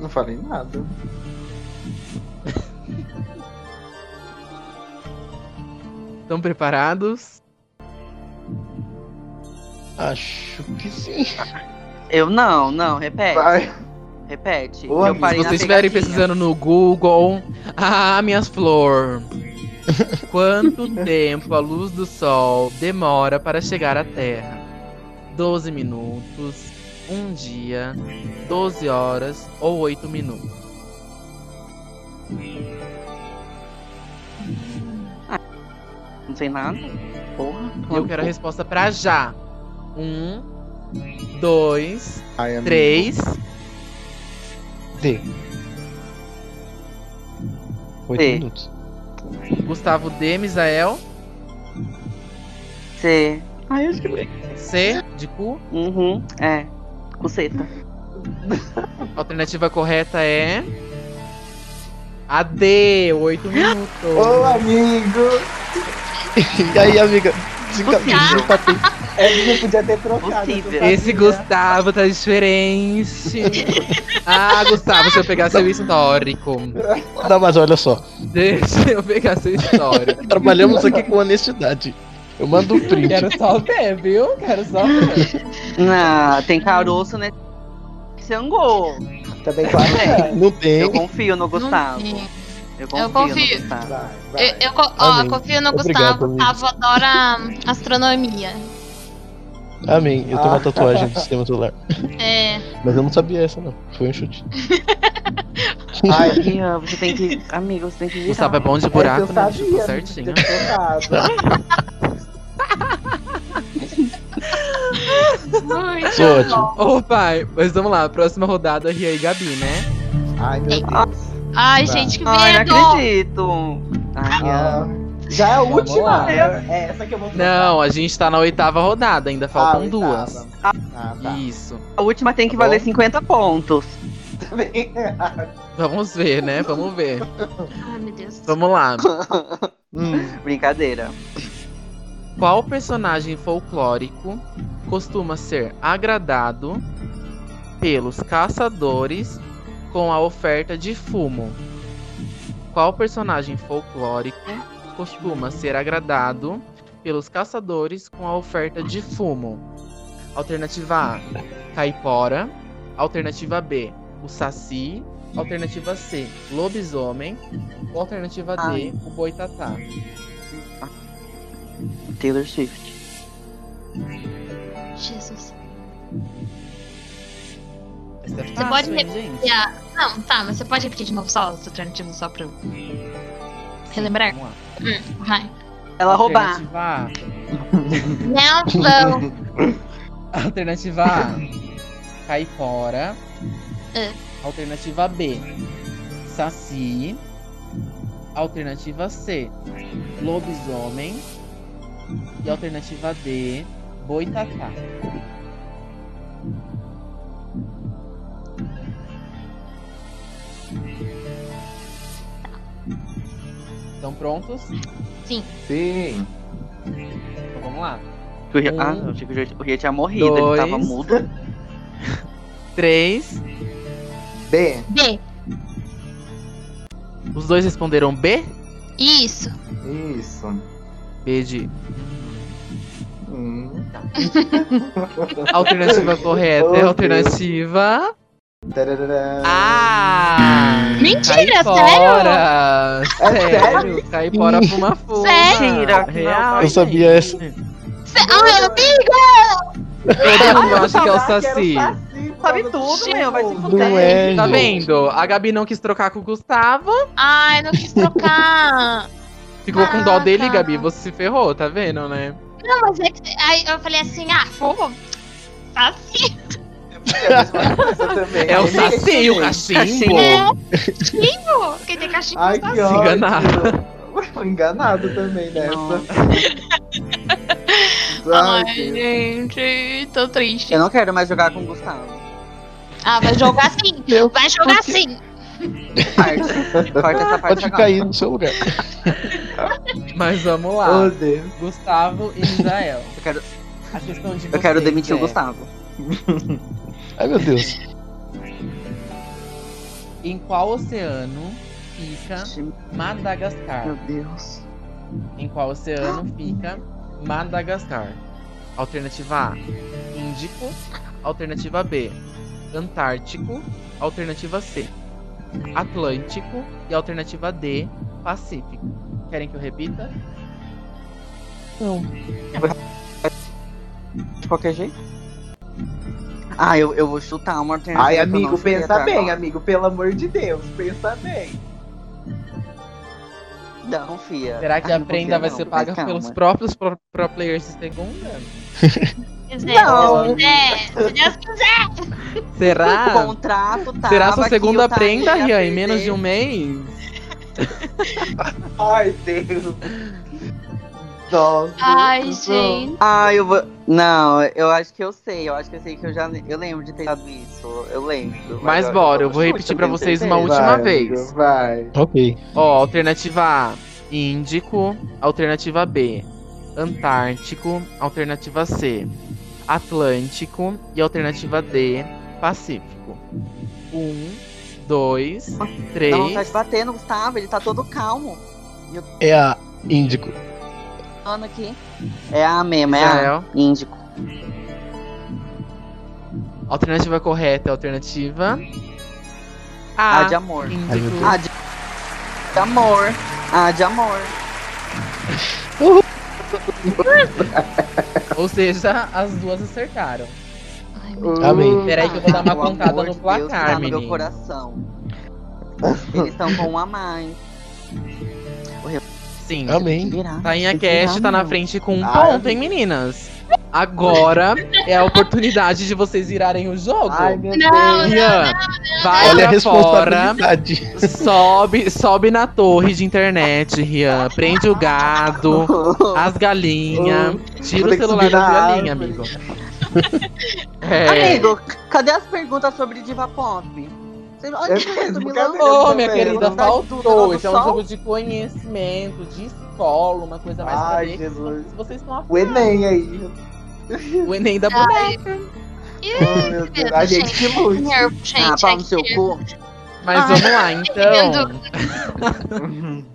[SPEAKER 3] não falei nada.
[SPEAKER 1] Estão preparados?
[SPEAKER 5] Acho que sim.
[SPEAKER 2] Eu não, não, repete.
[SPEAKER 3] Vai.
[SPEAKER 2] Repete.
[SPEAKER 3] Ô,
[SPEAKER 2] eu
[SPEAKER 3] amigo,
[SPEAKER 2] parei
[SPEAKER 1] Se
[SPEAKER 2] na
[SPEAKER 1] vocês estiverem
[SPEAKER 2] pegadinha.
[SPEAKER 1] pesquisando no Google, ah, minhas flor. Quanto tempo a luz do sol demora para chegar à Terra? 12 minutos, um dia, 12 horas ou 8 minutos?
[SPEAKER 2] Não sei nada. Porra.
[SPEAKER 1] Eu quero a resposta pra já. Um, dois,
[SPEAKER 3] Ai, amigo.
[SPEAKER 1] três.
[SPEAKER 5] D. Oito
[SPEAKER 2] D.
[SPEAKER 5] minutos.
[SPEAKER 1] Gustavo D, Misael.
[SPEAKER 2] C. Ai, eu escrevi.
[SPEAKER 1] C, de cu.
[SPEAKER 2] Uhum, é. tá. Cuceta.
[SPEAKER 1] Alternativa correta é. A D, 8
[SPEAKER 3] Ô,
[SPEAKER 1] minutos.
[SPEAKER 3] amigo.
[SPEAKER 5] E aí, amiga? Desenca- Desempatei.
[SPEAKER 3] É que você podia ter trocado.
[SPEAKER 2] Possível.
[SPEAKER 3] eu não
[SPEAKER 1] Esse
[SPEAKER 3] sabia.
[SPEAKER 1] Gustavo tá diferente. Ah, Gustavo, se eu pegar seu histórico.
[SPEAKER 5] Não, mas olha só.
[SPEAKER 1] Deixa eu pegar seu histórico.
[SPEAKER 5] Trabalhamos aqui com honestidade. Eu mando um print.
[SPEAKER 1] Quero só ver, viu? Quero só ver.
[SPEAKER 2] Ah, tem caroço nesse angu.
[SPEAKER 3] Também quase.
[SPEAKER 2] É.
[SPEAKER 5] Não tem.
[SPEAKER 2] Eu confio no Gustavo.
[SPEAKER 4] Não-
[SPEAKER 2] Eu confio,
[SPEAKER 4] Eu confio.
[SPEAKER 2] no Gustavo.
[SPEAKER 3] Vai, vai.
[SPEAKER 4] Eu, eu co- ó,
[SPEAKER 5] Amém.
[SPEAKER 4] confio no
[SPEAKER 5] Obrigado,
[SPEAKER 4] Gustavo.
[SPEAKER 5] amigo.
[SPEAKER 4] Gustavo adora hum, astronomia.
[SPEAKER 5] Amém. Eu tenho
[SPEAKER 3] Ah.
[SPEAKER 5] uma tatuagem do sistema solar.
[SPEAKER 4] É.
[SPEAKER 5] Mas eu não sabia essa, não. Foi um chute.
[SPEAKER 3] Ai,
[SPEAKER 2] Ian, você tem que. Amigo, você tem que. Virar.
[SPEAKER 1] Gustavo é bom de
[SPEAKER 3] Essa
[SPEAKER 1] buraco,
[SPEAKER 3] eu
[SPEAKER 1] né?
[SPEAKER 3] sabia,
[SPEAKER 1] Tipo,
[SPEAKER 3] não
[SPEAKER 1] certinho.
[SPEAKER 3] podia ter trocado.
[SPEAKER 5] Sou ótimo.
[SPEAKER 1] Ô, pai, mas vamos lá. Próxima rodada, Ria e Gabi, né?
[SPEAKER 3] Ai, meu Deus.
[SPEAKER 4] Ai, gente, que
[SPEAKER 2] Ai,
[SPEAKER 4] medo!
[SPEAKER 2] não acredito. Ai,
[SPEAKER 3] Ah,
[SPEAKER 2] Ian.
[SPEAKER 3] já é a
[SPEAKER 1] Vamos
[SPEAKER 3] última.
[SPEAKER 1] lá.
[SPEAKER 3] né? É essa que eu vou
[SPEAKER 1] Não, a gente tá na oitava rodada, ainda faltam
[SPEAKER 3] Ah,
[SPEAKER 1] duas.
[SPEAKER 3] oitava. Ah, tá.
[SPEAKER 1] Isso.
[SPEAKER 2] A última tem que
[SPEAKER 3] Tá bom.
[SPEAKER 2] valer 50 pontos.
[SPEAKER 1] Vamos ver, né? Vamos ver.
[SPEAKER 4] Ai, meu Deus.
[SPEAKER 1] Vamos lá.
[SPEAKER 3] Hum,
[SPEAKER 2] Brincadeira.
[SPEAKER 1] Qual personagem folclórico costuma ser agradado pelos caçadores com a oferta de fumo? Qual personagem folclórico costuma ser agradado pelos caçadores com a oferta de fumo? Alternativa A, caipora. Alternativa B, o saci. Alternativa C, lobisomem. Ou alternativa D, o boitatá.
[SPEAKER 2] Taylor Swift.
[SPEAKER 4] Jesus.
[SPEAKER 1] Essa é
[SPEAKER 4] pode
[SPEAKER 1] é fácil, hein, gente?
[SPEAKER 4] E a- Não, tá, mas você pode repetir de novo só os alternativas só pra eu relembrar?
[SPEAKER 1] Vamos lá.
[SPEAKER 4] Vai.
[SPEAKER 2] Ela roubar.
[SPEAKER 1] Alternativa A.
[SPEAKER 4] Não vão.
[SPEAKER 1] Alternativa A. Caipora.
[SPEAKER 4] É.
[SPEAKER 1] Alternativa B. Saci. Alternativa C. Lobisomem. E alternativa D. Boitatá. Estão prontos?
[SPEAKER 3] Sim.
[SPEAKER 1] Então vamos lá.
[SPEAKER 2] Que o Ria-
[SPEAKER 1] Um,
[SPEAKER 2] ah, eu achei que o Ria- o Ria tinha morrido, ele tava
[SPEAKER 1] dois.
[SPEAKER 2] mudo.
[SPEAKER 1] 3.
[SPEAKER 3] B.
[SPEAKER 4] B.
[SPEAKER 1] Os dois responderam B?
[SPEAKER 4] Isso.
[SPEAKER 3] Isso.
[SPEAKER 1] B de
[SPEAKER 3] Hum.
[SPEAKER 1] Alternativa correta é
[SPEAKER 3] Oh,
[SPEAKER 1] alternativa.
[SPEAKER 3] Tararará.
[SPEAKER 1] Ah!
[SPEAKER 4] Mentira,
[SPEAKER 1] Caipora!
[SPEAKER 3] sério? É
[SPEAKER 1] Sério? Caipora fuma fuma.
[SPEAKER 4] Sério?
[SPEAKER 2] Mentira, que
[SPEAKER 1] Real,
[SPEAKER 2] não.
[SPEAKER 5] Eu sabia essa.
[SPEAKER 4] Cê- Ai, eu
[SPEAKER 1] Todo mundo acha que é o
[SPEAKER 3] Saudade, quero
[SPEAKER 1] Saci.
[SPEAKER 3] saci,
[SPEAKER 2] Sabe
[SPEAKER 3] todo
[SPEAKER 2] tudo,
[SPEAKER 3] mundo.
[SPEAKER 2] meu, vai se fuder.
[SPEAKER 5] Não é,
[SPEAKER 1] Tá
[SPEAKER 5] gente.
[SPEAKER 1] vendo? A Gabi não quis trocar com o Gustavo.
[SPEAKER 4] Ai, não quis trocar.
[SPEAKER 1] Ficou com dó
[SPEAKER 4] Ah,
[SPEAKER 1] dele,
[SPEAKER 4] tá.
[SPEAKER 1] Gabi. Você se ferrou, tá vendo, né?
[SPEAKER 4] Não, mas é que. Aí eu falei assim, ah, fogo. Tá assim.
[SPEAKER 3] Eu também.
[SPEAKER 1] É o
[SPEAKER 3] Eu me
[SPEAKER 1] Saci, o
[SPEAKER 3] questionei.
[SPEAKER 1] cachimbo.
[SPEAKER 4] É. Cachimbo. Quem tem cachimbo
[SPEAKER 3] Ai,
[SPEAKER 4] tá
[SPEAKER 3] que
[SPEAKER 1] Se
[SPEAKER 3] ódio.
[SPEAKER 1] enganado.
[SPEAKER 3] Fui é enganado também nessa.
[SPEAKER 2] Nossa.
[SPEAKER 4] Ai,
[SPEAKER 3] Ai, Deus.
[SPEAKER 4] gente, tô triste.
[SPEAKER 2] Eu não quero mais jogar com o Gustavo.
[SPEAKER 4] Ah, vai jogar sim.
[SPEAKER 5] Meu,
[SPEAKER 4] Vai jogar sim.
[SPEAKER 2] Parte. Corta essa
[SPEAKER 5] Pode
[SPEAKER 2] parte
[SPEAKER 5] ficar
[SPEAKER 2] agora.
[SPEAKER 5] aí no seu lugar.
[SPEAKER 1] Mas vamos
[SPEAKER 3] Oh,
[SPEAKER 1] lá.
[SPEAKER 3] Deus.
[SPEAKER 1] Gustavo e Misael.
[SPEAKER 2] Eu quero,
[SPEAKER 1] A questão de
[SPEAKER 2] eu quero
[SPEAKER 1] vocês
[SPEAKER 2] demitir
[SPEAKER 1] é,
[SPEAKER 2] o Gustavo.
[SPEAKER 5] Ai, meu Deus.
[SPEAKER 1] Em qual oceano fica Madagascar?
[SPEAKER 2] Meu Deus.
[SPEAKER 1] Em qual oceano fica Madagascar? Alternativa A, Índico. Alternativa B, Antártico. Alternativa C, Atlântico. E alternativa D, Pacífico. Querem que eu repita?
[SPEAKER 2] De qualquer jeito. Ah, eu, eu vou chutar uma alternativa.
[SPEAKER 3] Ai,
[SPEAKER 2] que eu não
[SPEAKER 3] amigo,
[SPEAKER 2] chutei
[SPEAKER 3] pensa
[SPEAKER 2] até
[SPEAKER 3] bem,
[SPEAKER 2] agora.
[SPEAKER 3] amigo. Pelo amor de Deus, pensa bem.
[SPEAKER 2] Não, confia.
[SPEAKER 1] Será que
[SPEAKER 2] Ah,
[SPEAKER 1] a
[SPEAKER 2] não
[SPEAKER 1] prenda
[SPEAKER 2] confia,
[SPEAKER 1] vai
[SPEAKER 2] não,
[SPEAKER 1] ser
[SPEAKER 2] mas
[SPEAKER 1] paga
[SPEAKER 2] calma.
[SPEAKER 1] pelos próprios pro, pro players de segunda?
[SPEAKER 4] Quiser,
[SPEAKER 2] Não.
[SPEAKER 4] Se quiser, se Deus quiser.
[SPEAKER 2] O
[SPEAKER 1] Será?
[SPEAKER 2] contrato tá.
[SPEAKER 1] Será sua segunda prenda, Rian, em menos de um mês?
[SPEAKER 3] Ai, Deus. Nossa.
[SPEAKER 4] Ai,
[SPEAKER 3] Deus.
[SPEAKER 4] gente.
[SPEAKER 2] Ah, eu vou. Não, eu acho que eu sei. Eu acho que eu sei que eu já. Eu lembro de ter dado isso. Eu lembro.
[SPEAKER 1] Mas
[SPEAKER 2] eu-
[SPEAKER 1] bora, eu
[SPEAKER 2] tô
[SPEAKER 1] vou
[SPEAKER 2] chute,
[SPEAKER 1] repetir pra
[SPEAKER 2] não
[SPEAKER 1] vocês
[SPEAKER 2] sei.
[SPEAKER 1] uma última-
[SPEAKER 3] Vai,
[SPEAKER 1] vez.
[SPEAKER 3] amigo, vai.
[SPEAKER 5] Ok.
[SPEAKER 1] Ó, alternativa A, Índico. Alternativa B, Antártico. Alternativa C, Atlântico. E alternativa D, Pacífico. Um, dois,
[SPEAKER 2] Dá vontade
[SPEAKER 1] três.
[SPEAKER 2] de bater no tá Gustavo, ele tá todo calmo.
[SPEAKER 5] É a Índico.
[SPEAKER 2] Falando aqui. É a mesma, é a
[SPEAKER 1] Israel.
[SPEAKER 2] Índico.
[SPEAKER 1] Alternativa correta é alternativa
[SPEAKER 2] A
[SPEAKER 1] A.
[SPEAKER 2] Ah, de amor.
[SPEAKER 5] Ai, meu
[SPEAKER 1] Índico.
[SPEAKER 5] Deus.
[SPEAKER 2] A de, de amor. A de amor.
[SPEAKER 1] Ou seja, as duas acertaram.
[SPEAKER 4] Ai, meu
[SPEAKER 3] Uh,
[SPEAKER 5] Amém.
[SPEAKER 1] Peraí que eu vou dar uma
[SPEAKER 2] Ah, Pelo
[SPEAKER 1] contada
[SPEAKER 2] amor
[SPEAKER 1] no
[SPEAKER 2] de Deus, tá
[SPEAKER 1] placar,
[SPEAKER 2] no meu
[SPEAKER 1] menino.
[SPEAKER 2] coração. Eles estão com um a mais.
[SPEAKER 1] Sim.
[SPEAKER 5] Amém.
[SPEAKER 2] Virar.
[SPEAKER 1] Tainha
[SPEAKER 2] Tem que virar,
[SPEAKER 1] Cast tá na
[SPEAKER 2] não.
[SPEAKER 1] frente com um
[SPEAKER 3] Ah,
[SPEAKER 1] ponto, hein, meninas? Agora é a oportunidade de vocês virarem o jogo.
[SPEAKER 3] Ai, meu
[SPEAKER 4] Não,
[SPEAKER 3] Deus.
[SPEAKER 1] Ian, vai
[SPEAKER 5] Olha a
[SPEAKER 1] pra fora,
[SPEAKER 5] responsabilidade.
[SPEAKER 1] sobe, sobe na torre de internet, Rian. Prende o gado, as galinhas, tira
[SPEAKER 3] Vou
[SPEAKER 1] o
[SPEAKER 3] ter que
[SPEAKER 1] celular
[SPEAKER 3] subir
[SPEAKER 1] da
[SPEAKER 3] na
[SPEAKER 1] galinha,
[SPEAKER 3] árvore.
[SPEAKER 1] amigo. É.
[SPEAKER 2] Amigo, cadê as perguntas sobre diva pop? Você- Olha
[SPEAKER 3] É
[SPEAKER 2] que coisa,
[SPEAKER 3] mesmo,
[SPEAKER 2] me
[SPEAKER 3] cadê?
[SPEAKER 1] Ô,
[SPEAKER 2] lança.
[SPEAKER 1] minha
[SPEAKER 3] também,
[SPEAKER 1] querida,
[SPEAKER 2] Vontade de tudo,
[SPEAKER 1] faltou.
[SPEAKER 2] do
[SPEAKER 1] Esse é um
[SPEAKER 2] sol.
[SPEAKER 1] jogo de conhecimento, de escola, uma coisa mais pra
[SPEAKER 3] Ai,
[SPEAKER 1] ver
[SPEAKER 3] Jesus.
[SPEAKER 1] se vocês estão
[SPEAKER 3] O Enem aí.
[SPEAKER 1] O Enem da boneca.
[SPEAKER 4] Ai,
[SPEAKER 3] Oh, meu Deus. A gente que
[SPEAKER 4] que
[SPEAKER 3] lute.
[SPEAKER 4] nervo, gente.
[SPEAKER 2] Ah, pau no seu
[SPEAKER 4] Ai, que nervo.
[SPEAKER 2] cu.
[SPEAKER 1] Mas
[SPEAKER 4] Ai,
[SPEAKER 1] vamos lá, então.
[SPEAKER 4] entendo.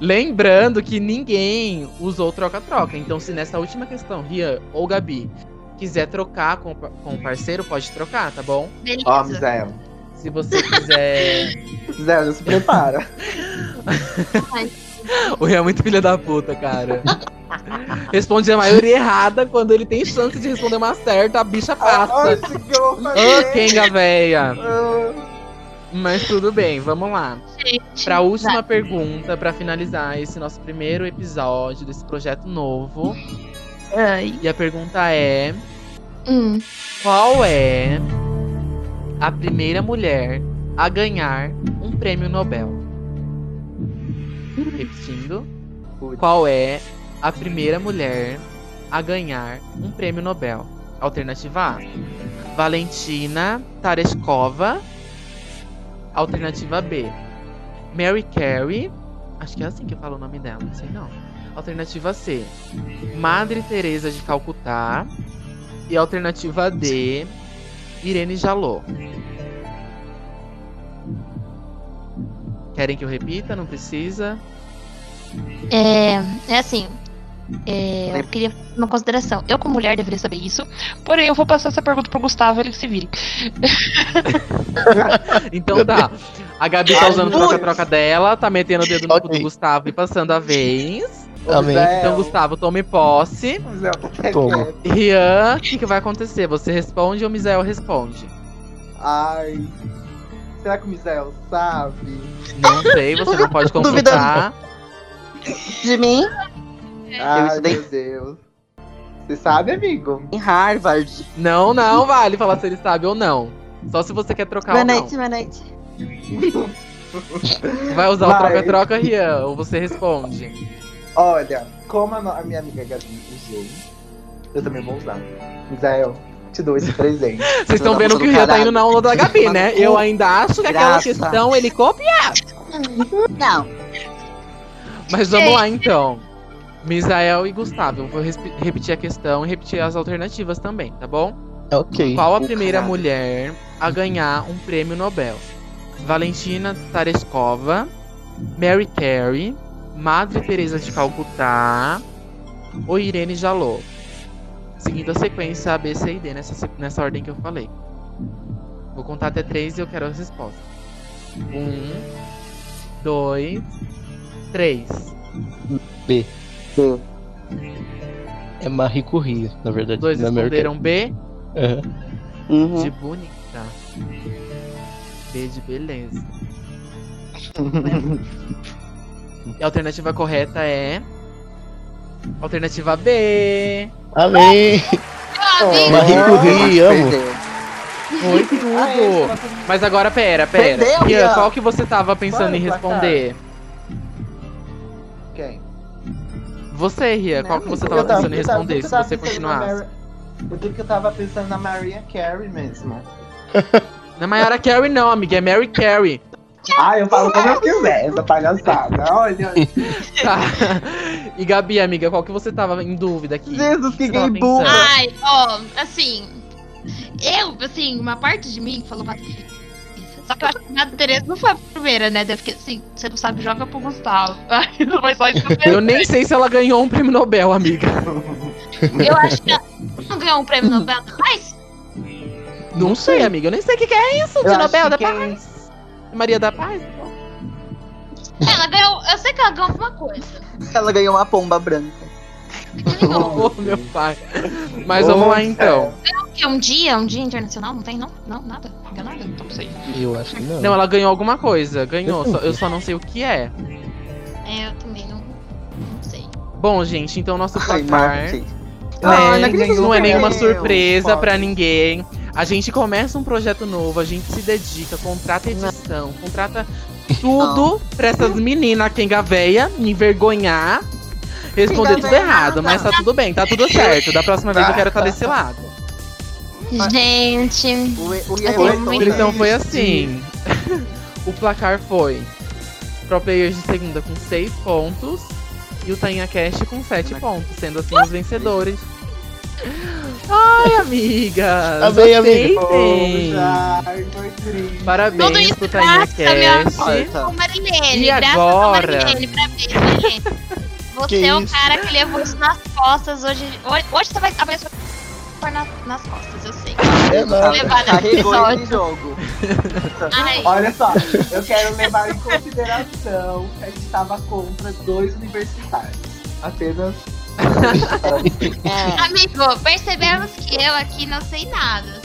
[SPEAKER 1] Lembrando que ninguém usou troca-troca. Então, se nessa última questão, Rian ou Gabi quiser trocar com, com o parceiro, pode trocar, tá bom?
[SPEAKER 3] Ó,
[SPEAKER 4] Beleza.
[SPEAKER 3] Misael.
[SPEAKER 1] Se você quiser.
[SPEAKER 3] Misael, já se prepara.
[SPEAKER 1] o Rian é muito filho da puta, cara. Responde a maioria errada quando ele tem chance de responder uma certa, a bicha
[SPEAKER 3] Ah, Olha
[SPEAKER 1] passa.
[SPEAKER 3] o que eu vou fazer.
[SPEAKER 1] Ô, quenga véia.
[SPEAKER 3] Ah,
[SPEAKER 1] Mas tudo bem, vamos lá.
[SPEAKER 4] Gente,
[SPEAKER 1] Pra última
[SPEAKER 4] vai.
[SPEAKER 1] pergunta, pra finalizar esse nosso primeiro episódio desse projeto novo.
[SPEAKER 4] Ai.
[SPEAKER 1] E a pergunta é:
[SPEAKER 4] Hum.
[SPEAKER 1] Qual é a primeira mulher a ganhar um prêmio Nobel? Repetindo.
[SPEAKER 3] Putz.
[SPEAKER 1] Qual é a primeira mulher a ganhar um prêmio Nobel? Alternativa A: Valentina Tereshkova. Alternativa B: Mary Carey. Acho que é assim que eu falo o nome dela, não sei não. Alternativa C: Madre Teresa de Calcutá. E alternativa D, Irene Jalô. Querem que eu repita? Não precisa.
[SPEAKER 4] É, é assim. é, eu queria fazer uma consideração. Eu, como mulher, deveria saber isso. Porém, eu vou passar essa pergunta pro Gustavo, ele que se vire.
[SPEAKER 1] Então tá. A Gabi tá usando o
[SPEAKER 2] putz.
[SPEAKER 1] troca-troca dela, tá metendo o dedo no cu do
[SPEAKER 5] Ok.
[SPEAKER 1] Gustavo e passando a vez.
[SPEAKER 5] Amém.
[SPEAKER 3] É.
[SPEAKER 1] Então, Gustavo, tome posse.
[SPEAKER 5] Toma.
[SPEAKER 3] Gustavo.
[SPEAKER 1] Rian, o que, que vai acontecer? Você responde ou Misael responde?
[SPEAKER 3] Ai. Será que o Misael sabe?
[SPEAKER 1] Não sei, você não pode consultar.
[SPEAKER 2] De mim,
[SPEAKER 3] Ai,
[SPEAKER 2] estudei-
[SPEAKER 3] meu Deus. Você sabe, amigo?
[SPEAKER 2] em Harvard.
[SPEAKER 1] Não, não vale falar se ele sabe ou não. Só se você quer trocar
[SPEAKER 2] Boa
[SPEAKER 1] ou não.
[SPEAKER 2] noite, boa noite.
[SPEAKER 1] Vai usar o
[SPEAKER 3] Vai.
[SPEAKER 1] troca-troca, Rian, ou você responde?
[SPEAKER 3] Olha, como a, no- a minha amiga Gabi usou, eu também vou usar. Misael, te dou esse presente.
[SPEAKER 1] Vocês estão
[SPEAKER 2] Filho da
[SPEAKER 1] vendo
[SPEAKER 2] puta
[SPEAKER 1] que o
[SPEAKER 2] do
[SPEAKER 1] Rian tá
[SPEAKER 2] caralho.
[SPEAKER 1] indo na onda da Gabi,
[SPEAKER 2] Mano,
[SPEAKER 1] né?
[SPEAKER 2] que
[SPEAKER 1] Eu ainda acho que aquela
[SPEAKER 2] graça.
[SPEAKER 1] questão ele copia.
[SPEAKER 4] Ah,
[SPEAKER 2] Não,
[SPEAKER 1] Mas vamos lá então. Misael e Gustavo, eu vou respe- repetir a questão e repetir as alternativas também, tá bom?
[SPEAKER 5] Ok.
[SPEAKER 1] Qual a
[SPEAKER 2] o
[SPEAKER 1] primeira
[SPEAKER 2] caralho.
[SPEAKER 1] mulher a ganhar um prêmio Nobel? Valentina Tereshkova, Mary Carey, Madre Teresa de Calcutá ou Irene Jalô? Seguindo a sequência A, B, C e D nessa, se- nessa ordem que eu falei. Vou contar até três e eu quero a resposta. Um, dois, três.
[SPEAKER 5] É Marie Curie, na verdade.
[SPEAKER 1] Dois
[SPEAKER 5] na é Mary
[SPEAKER 1] responderam B
[SPEAKER 5] Kay. Aham.
[SPEAKER 2] uhum.
[SPEAKER 1] de bonita. B de beleza. E a alternativa correta é. Alternativa B.
[SPEAKER 5] Amém! Marie Curie, amo.
[SPEAKER 2] Perdeu.
[SPEAKER 1] Foi tudo. Mas agora, pera, pera.
[SPEAKER 2] Ah, é? Perdeu,
[SPEAKER 1] Ian,
[SPEAKER 2] Ian.
[SPEAKER 1] qual que você tava pensando
[SPEAKER 3] Claro,
[SPEAKER 1] em responder?
[SPEAKER 3] Quem?
[SPEAKER 1] Você, Rian,
[SPEAKER 2] Não,
[SPEAKER 1] qual que você
[SPEAKER 2] amigo,
[SPEAKER 1] tava
[SPEAKER 2] eu tava-
[SPEAKER 1] pensando em
[SPEAKER 3] eu tava-
[SPEAKER 1] responder
[SPEAKER 3] eu
[SPEAKER 1] se
[SPEAKER 3] tava
[SPEAKER 1] você
[SPEAKER 3] pensando
[SPEAKER 2] é
[SPEAKER 3] na
[SPEAKER 1] continuasse?
[SPEAKER 3] Mary- Eu digo que eu tava pensando na Maria Carey mesmo.
[SPEAKER 1] Na Mayara Carey não, amiga, é Mary Carey.
[SPEAKER 3] Ai, eu falo como eu quiser, essa palhaçada. Olha,
[SPEAKER 1] Tá. E Gabi, amiga, qual que você tava em dúvida aqui?
[SPEAKER 2] Jesus, que
[SPEAKER 1] Você tava
[SPEAKER 2] gay burro.
[SPEAKER 1] pensando?
[SPEAKER 4] Ai, ó, assim. Eu, assim, uma parte de mim falou pra. Só que eu acho que a Tereza não foi a primeira, né? Deve que, assim, você não sabe, joga pro Gustavo. Não foi só isso mesmo.
[SPEAKER 1] Eu nem sei se ela ganhou um prêmio Nobel, amiga.
[SPEAKER 4] Eu acho que ela não ganhou um prêmio Nobel da Paz?
[SPEAKER 1] Não, sei, amiga. Eu nem sei o que, que é isso.
[SPEAKER 3] Eu
[SPEAKER 1] De
[SPEAKER 3] acho
[SPEAKER 1] Nobel da
[SPEAKER 3] que é
[SPEAKER 1] Paz. Maria da Paz.
[SPEAKER 4] Ela ganhou. Eu sei que ela ganhou alguma coisa.
[SPEAKER 2] Ela ganhou uma pomba branca.
[SPEAKER 4] Ela ganhou.
[SPEAKER 1] Oh, meu pai. Mas vamos lá então.
[SPEAKER 4] O quê? Um dia? Um dia internacional? Não tem, não? Não, nada. Não ganhou nada? Não sei.
[SPEAKER 5] Eu acho que
[SPEAKER 3] é.
[SPEAKER 5] não.
[SPEAKER 1] Não, ela ganhou alguma coisa. Ganhou. só- eu só não sei o que é.
[SPEAKER 4] É, eu também não, não sei.
[SPEAKER 1] Bom, gente, então nosso
[SPEAKER 2] Ai,
[SPEAKER 1] placar.
[SPEAKER 2] Marte.
[SPEAKER 3] Ai,
[SPEAKER 1] né,
[SPEAKER 3] não acredito
[SPEAKER 1] não
[SPEAKER 3] que
[SPEAKER 1] é
[SPEAKER 3] eu
[SPEAKER 1] nenhuma
[SPEAKER 3] ganhei,
[SPEAKER 1] surpresa
[SPEAKER 3] foda.
[SPEAKER 1] pra ninguém. A gente começa um projeto novo, a gente se dedica, contrata edição, contrata tudo pra essas meninas que engaveia, me envergonhar, responder tudo
[SPEAKER 2] Engaveia
[SPEAKER 1] errado. Mas tá tudo bem, tá tudo certo. Da próxima vez eu quero estar desse lado.
[SPEAKER 4] Gente.
[SPEAKER 2] O, o, o
[SPEAKER 4] tenho
[SPEAKER 2] Ian
[SPEAKER 4] muito-
[SPEAKER 2] Weston,
[SPEAKER 1] Então
[SPEAKER 2] né?
[SPEAKER 1] foi assim. O placar foi Pro Players de segunda com 6 pontos e o Tainha Cash com 7 pontos, sendo assim os vencedores. Ai, amiga!
[SPEAKER 5] Tá bem, amiga.
[SPEAKER 3] Ai, foi triste.
[SPEAKER 1] Parabéns
[SPEAKER 4] Tudo isso
[SPEAKER 1] pro Tainha
[SPEAKER 4] graças à minha
[SPEAKER 1] Cash.
[SPEAKER 2] Tá.
[SPEAKER 4] Ô, Marilene,
[SPEAKER 1] E
[SPEAKER 4] graças
[SPEAKER 1] agora?
[SPEAKER 4] a Marilene, parabéns, Marilene. Você
[SPEAKER 5] Que
[SPEAKER 4] é o
[SPEAKER 5] isso?
[SPEAKER 4] cara que levou isso nas costas hoje. Hoje, hoje você vai a pessoa vai na, nas costas, eu sei.
[SPEAKER 5] É
[SPEAKER 4] Vou
[SPEAKER 5] nada.
[SPEAKER 3] Tá
[SPEAKER 4] levar nesse
[SPEAKER 2] Carregou
[SPEAKER 4] episódio.
[SPEAKER 2] esse jogo.
[SPEAKER 4] Ai,
[SPEAKER 3] Olha só, eu quero levar em consideração que a gente tava contra dois universitários. Apenas.
[SPEAKER 2] É.
[SPEAKER 4] É. amigo, percebemos que eu aqui não sei nada.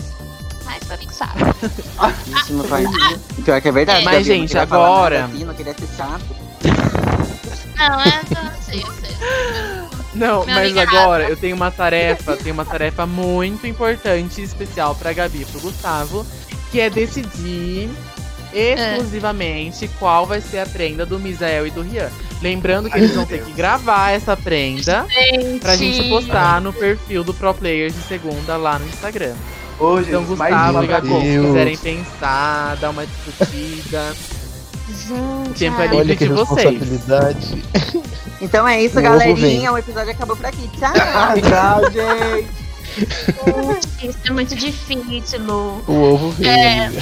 [SPEAKER 4] Mas foi fixado.
[SPEAKER 2] Isso não faz. Pior que é verdade.
[SPEAKER 1] Mas,
[SPEAKER 2] já vi uma
[SPEAKER 1] gente,
[SPEAKER 2] que vai falar nada
[SPEAKER 1] agora-
[SPEAKER 2] Assim, não queria ser chato.
[SPEAKER 4] Não, é, não sei, eu sei.
[SPEAKER 1] Não,
[SPEAKER 4] Minha
[SPEAKER 1] mas
[SPEAKER 4] amiga
[SPEAKER 1] agora eu tenho uma tarefa, tenho uma tarefa muito importante e especial pra Gabi e pro Gustavo, que é decidir
[SPEAKER 4] É.
[SPEAKER 1] exclusivamente qual vai ser a prenda do Misael e do Rian. Lembrando que
[SPEAKER 3] Ai,
[SPEAKER 1] eles
[SPEAKER 3] meu
[SPEAKER 1] vão ter
[SPEAKER 3] Deus.
[SPEAKER 1] que gravar essa prenda pra gente
[SPEAKER 4] Sim.
[SPEAKER 1] postar no perfil do Pro Players de segunda lá no Instagram.
[SPEAKER 3] Hoje,
[SPEAKER 1] Então,
[SPEAKER 3] mais
[SPEAKER 1] Gustavo
[SPEAKER 3] uma
[SPEAKER 1] e
[SPEAKER 3] pra
[SPEAKER 1] Gabi,
[SPEAKER 5] Gabriel.
[SPEAKER 3] ti.
[SPEAKER 1] se
[SPEAKER 5] Deus.
[SPEAKER 1] quiserem pensar, dar uma discutida,
[SPEAKER 4] Gente,
[SPEAKER 1] o tempo é
[SPEAKER 4] ai.
[SPEAKER 1] livre
[SPEAKER 5] Olha que
[SPEAKER 1] de vocês.
[SPEAKER 5] responsabilidade.
[SPEAKER 2] Então é isso,
[SPEAKER 5] Novo vem.
[SPEAKER 2] galerinha. O episódio acabou por aqui. Tchau.
[SPEAKER 3] Ah, Tchau, gente.
[SPEAKER 4] Putz, Isso é muito difícil, Lu.
[SPEAKER 5] O ovo veio.
[SPEAKER 4] É.
[SPEAKER 5] amiga.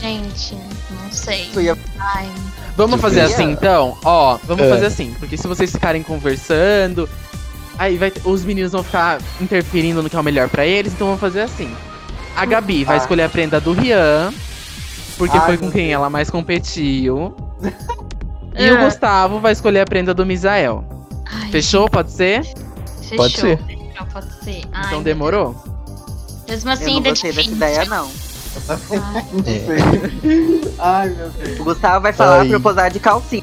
[SPEAKER 4] Gente, não sei.
[SPEAKER 2] Eu ia-
[SPEAKER 4] Ai,
[SPEAKER 1] Vamos fazer
[SPEAKER 5] Eu
[SPEAKER 2] queria-
[SPEAKER 1] assim então? Ó, vamos
[SPEAKER 5] É.
[SPEAKER 1] fazer assim, porque se vocês ficarem conversando, aí vai- os meninos vão ficar interferindo no que é o melhor pra eles, então vamos fazer assim. A Gabi vai
[SPEAKER 3] Ah.
[SPEAKER 1] escolher a prenda do Rian, porque
[SPEAKER 3] Ai,
[SPEAKER 1] foi com
[SPEAKER 3] meu
[SPEAKER 1] quem
[SPEAKER 3] Deus.
[SPEAKER 1] ela mais competiu. E o
[SPEAKER 4] Ah.
[SPEAKER 1] Gustavo vai escolher a prenda do Misael.
[SPEAKER 4] ai,
[SPEAKER 1] Fechou? Pode ser?
[SPEAKER 4] Fechou,
[SPEAKER 5] Pode ser.
[SPEAKER 4] fechou, pode ser. Ai,
[SPEAKER 1] então
[SPEAKER 4] meu
[SPEAKER 1] demorou?
[SPEAKER 4] Deus. Mesmo
[SPEAKER 2] Eu
[SPEAKER 4] assim,
[SPEAKER 2] não
[SPEAKER 4] ainda é
[SPEAKER 2] gostei dessa
[SPEAKER 4] difícil.
[SPEAKER 2] ideia, não.
[SPEAKER 4] Ai,
[SPEAKER 1] É.
[SPEAKER 3] Ai, meu Deus.
[SPEAKER 2] O Gustavo vai falar
[SPEAKER 5] Ai.
[SPEAKER 2] pra eu posar de calcinha.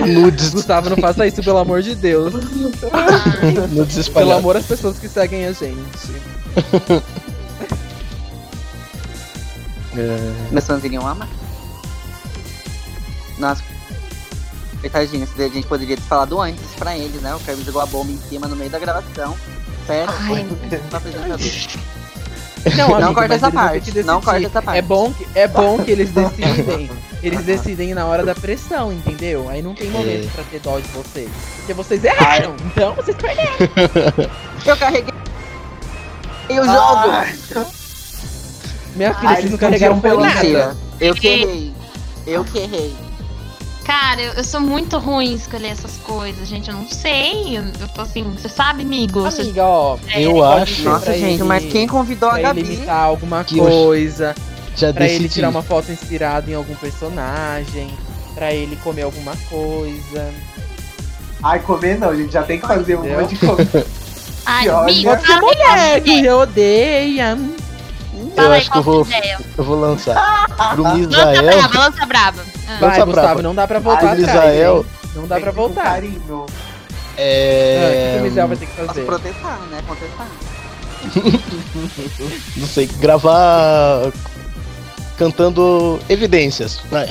[SPEAKER 1] É.
[SPEAKER 5] Nudes,
[SPEAKER 1] Gustavo, não faça isso, pelo amor de Deus.
[SPEAKER 4] ai.
[SPEAKER 5] nudes
[SPEAKER 1] Pelo
[SPEAKER 5] espalhados.
[SPEAKER 1] amor às pessoas que seguem a gente.
[SPEAKER 5] É,
[SPEAKER 2] Meus fãs iriam amar. Nossa. Coitadinho, se a gente poderia ter falado antes pra eles, né? O Carmen jogou a bomba em cima no meio da gravação. Certo?
[SPEAKER 4] Ai,
[SPEAKER 2] Pra apresentador.
[SPEAKER 1] Não,
[SPEAKER 2] Não
[SPEAKER 1] amiga,
[SPEAKER 2] corta
[SPEAKER 1] mas
[SPEAKER 2] essa
[SPEAKER 1] eles vão ter que
[SPEAKER 2] parte. Não
[SPEAKER 1] decidir.
[SPEAKER 2] corta essa parte.
[SPEAKER 1] É bom, que, é bom que eles decidem. Eles decidem na hora da pressão, entendeu? Aí não tem momento pra ter dó de vocês. Porque vocês erraram, então vocês perderam.
[SPEAKER 2] Eu carreguei. E
[SPEAKER 1] Ah,
[SPEAKER 2] o jogo!
[SPEAKER 3] Ai,
[SPEAKER 1] Minha filha,
[SPEAKER 3] Ai,
[SPEAKER 1] vocês
[SPEAKER 3] eles
[SPEAKER 1] não carregaram pelo
[SPEAKER 3] podiam pelo
[SPEAKER 1] nada.
[SPEAKER 2] Mentira. Eu que errei. Eu que errei.
[SPEAKER 4] Cara, eu, eu sou muito ruim em escolher essas coisas, gente. Eu não sei. Eu, eu tô assim, você sabe, amigo? Você
[SPEAKER 1] Amiga, ó,
[SPEAKER 5] Eu acho
[SPEAKER 1] Nossa,
[SPEAKER 2] Nossa, gente,
[SPEAKER 1] ele-
[SPEAKER 2] mas quem convidou
[SPEAKER 1] pra
[SPEAKER 2] a
[SPEAKER 1] ele
[SPEAKER 2] Gabi?
[SPEAKER 1] imitar alguma
[SPEAKER 5] Que
[SPEAKER 1] coisa,
[SPEAKER 5] já
[SPEAKER 1] pra ele
[SPEAKER 5] decidi.
[SPEAKER 1] tirar uma foto inspirada em algum personagem, pra ele comer alguma coisa.
[SPEAKER 3] Ai, comer não, gente. Já tem que fazer um
[SPEAKER 1] Entendeu?
[SPEAKER 3] monte de coisa.
[SPEAKER 4] Ai,
[SPEAKER 3] Que ódio.
[SPEAKER 2] né?
[SPEAKER 4] amigo,
[SPEAKER 3] Pode
[SPEAKER 1] Você é
[SPEAKER 4] fala,
[SPEAKER 1] mulher que odeia.
[SPEAKER 5] Eu
[SPEAKER 4] fala aí
[SPEAKER 5] acho que eu
[SPEAKER 4] qual
[SPEAKER 5] vou, é.
[SPEAKER 4] sua ideia.
[SPEAKER 5] eu vou lançar. Pro
[SPEAKER 4] Lança
[SPEAKER 5] Misael.
[SPEAKER 4] braba, lança braba. Ah.
[SPEAKER 1] Vai,
[SPEAKER 5] Lança
[SPEAKER 1] Gustavo,
[SPEAKER 5] braba.
[SPEAKER 1] não dá pra voltar
[SPEAKER 5] Pro
[SPEAKER 1] atrás,
[SPEAKER 5] Misael.
[SPEAKER 1] hein? Não dá pra
[SPEAKER 3] Tem que ir com
[SPEAKER 1] voltar.
[SPEAKER 3] Carinho.
[SPEAKER 1] Ah, o que
[SPEAKER 5] É.
[SPEAKER 1] que o Misael vai ter que
[SPEAKER 2] Posso
[SPEAKER 1] fazer?
[SPEAKER 2] protestar, né? Contestar.
[SPEAKER 5] Não sei, gravar. Cantando evidências. né? Vai.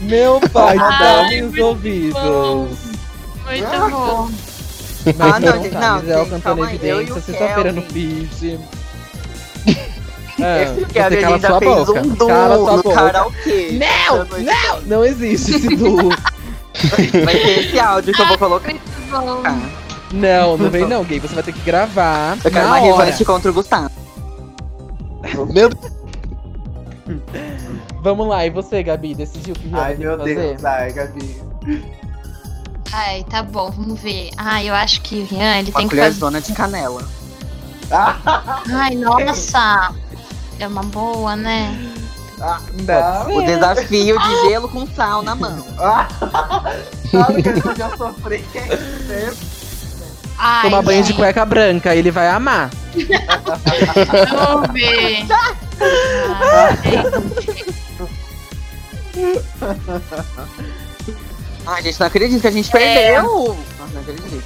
[SPEAKER 1] Meu pai,
[SPEAKER 4] Ai,
[SPEAKER 1] dá-me os ouvidos.
[SPEAKER 4] Muito bom.
[SPEAKER 1] Mas não,
[SPEAKER 2] Ah, não,
[SPEAKER 1] não
[SPEAKER 2] gente,
[SPEAKER 1] tá,
[SPEAKER 2] não,
[SPEAKER 1] Misael
[SPEAKER 2] gente,
[SPEAKER 1] cantando
[SPEAKER 2] calma aí, eu e
[SPEAKER 1] evidência,
[SPEAKER 2] o
[SPEAKER 1] sexta-feira no
[SPEAKER 2] Kelvin.
[SPEAKER 1] feed.
[SPEAKER 2] Esse
[SPEAKER 1] Ah,
[SPEAKER 2] que é a
[SPEAKER 1] você cala
[SPEAKER 2] gente
[SPEAKER 1] sua
[SPEAKER 2] já fez
[SPEAKER 1] boca.
[SPEAKER 2] um duo
[SPEAKER 1] cala sua
[SPEAKER 2] no
[SPEAKER 1] boca.
[SPEAKER 2] karaokê.
[SPEAKER 1] Não, não, não existe esse duo.
[SPEAKER 2] Vai ter esse áudio que eu vou colocar.
[SPEAKER 4] Muito bom.
[SPEAKER 1] não, não vem não, gay. Você vai ter que gravar
[SPEAKER 2] Eu quero uma
[SPEAKER 1] na hora.
[SPEAKER 2] revanche contra o Gustavo.
[SPEAKER 5] Meu
[SPEAKER 1] Vamos lá, e você, Gabi, decidiu o que vai
[SPEAKER 3] Ai, meu
[SPEAKER 1] fazer?
[SPEAKER 3] Deus. Ai, Gabi.
[SPEAKER 4] Ai, tá bom, vamos ver. Ai, eu acho que o Rian, ele
[SPEAKER 2] Uma
[SPEAKER 4] tem que fazer.
[SPEAKER 2] colherzona de canela.
[SPEAKER 3] Ah,
[SPEAKER 4] Ai, nossa. É uma boa, né?
[SPEAKER 3] ah, não.
[SPEAKER 2] O desafio de gelo com sal na mão.
[SPEAKER 3] Ah, sabe que eu já sofri.
[SPEAKER 4] Ai,
[SPEAKER 1] Tomar banho de
[SPEAKER 4] gente,
[SPEAKER 1] cueca branca, ele vai amar.
[SPEAKER 4] Vamos ver. Ai,
[SPEAKER 2] Ai, gente, não acredito que a gente perdeu. Nossa, não acredito.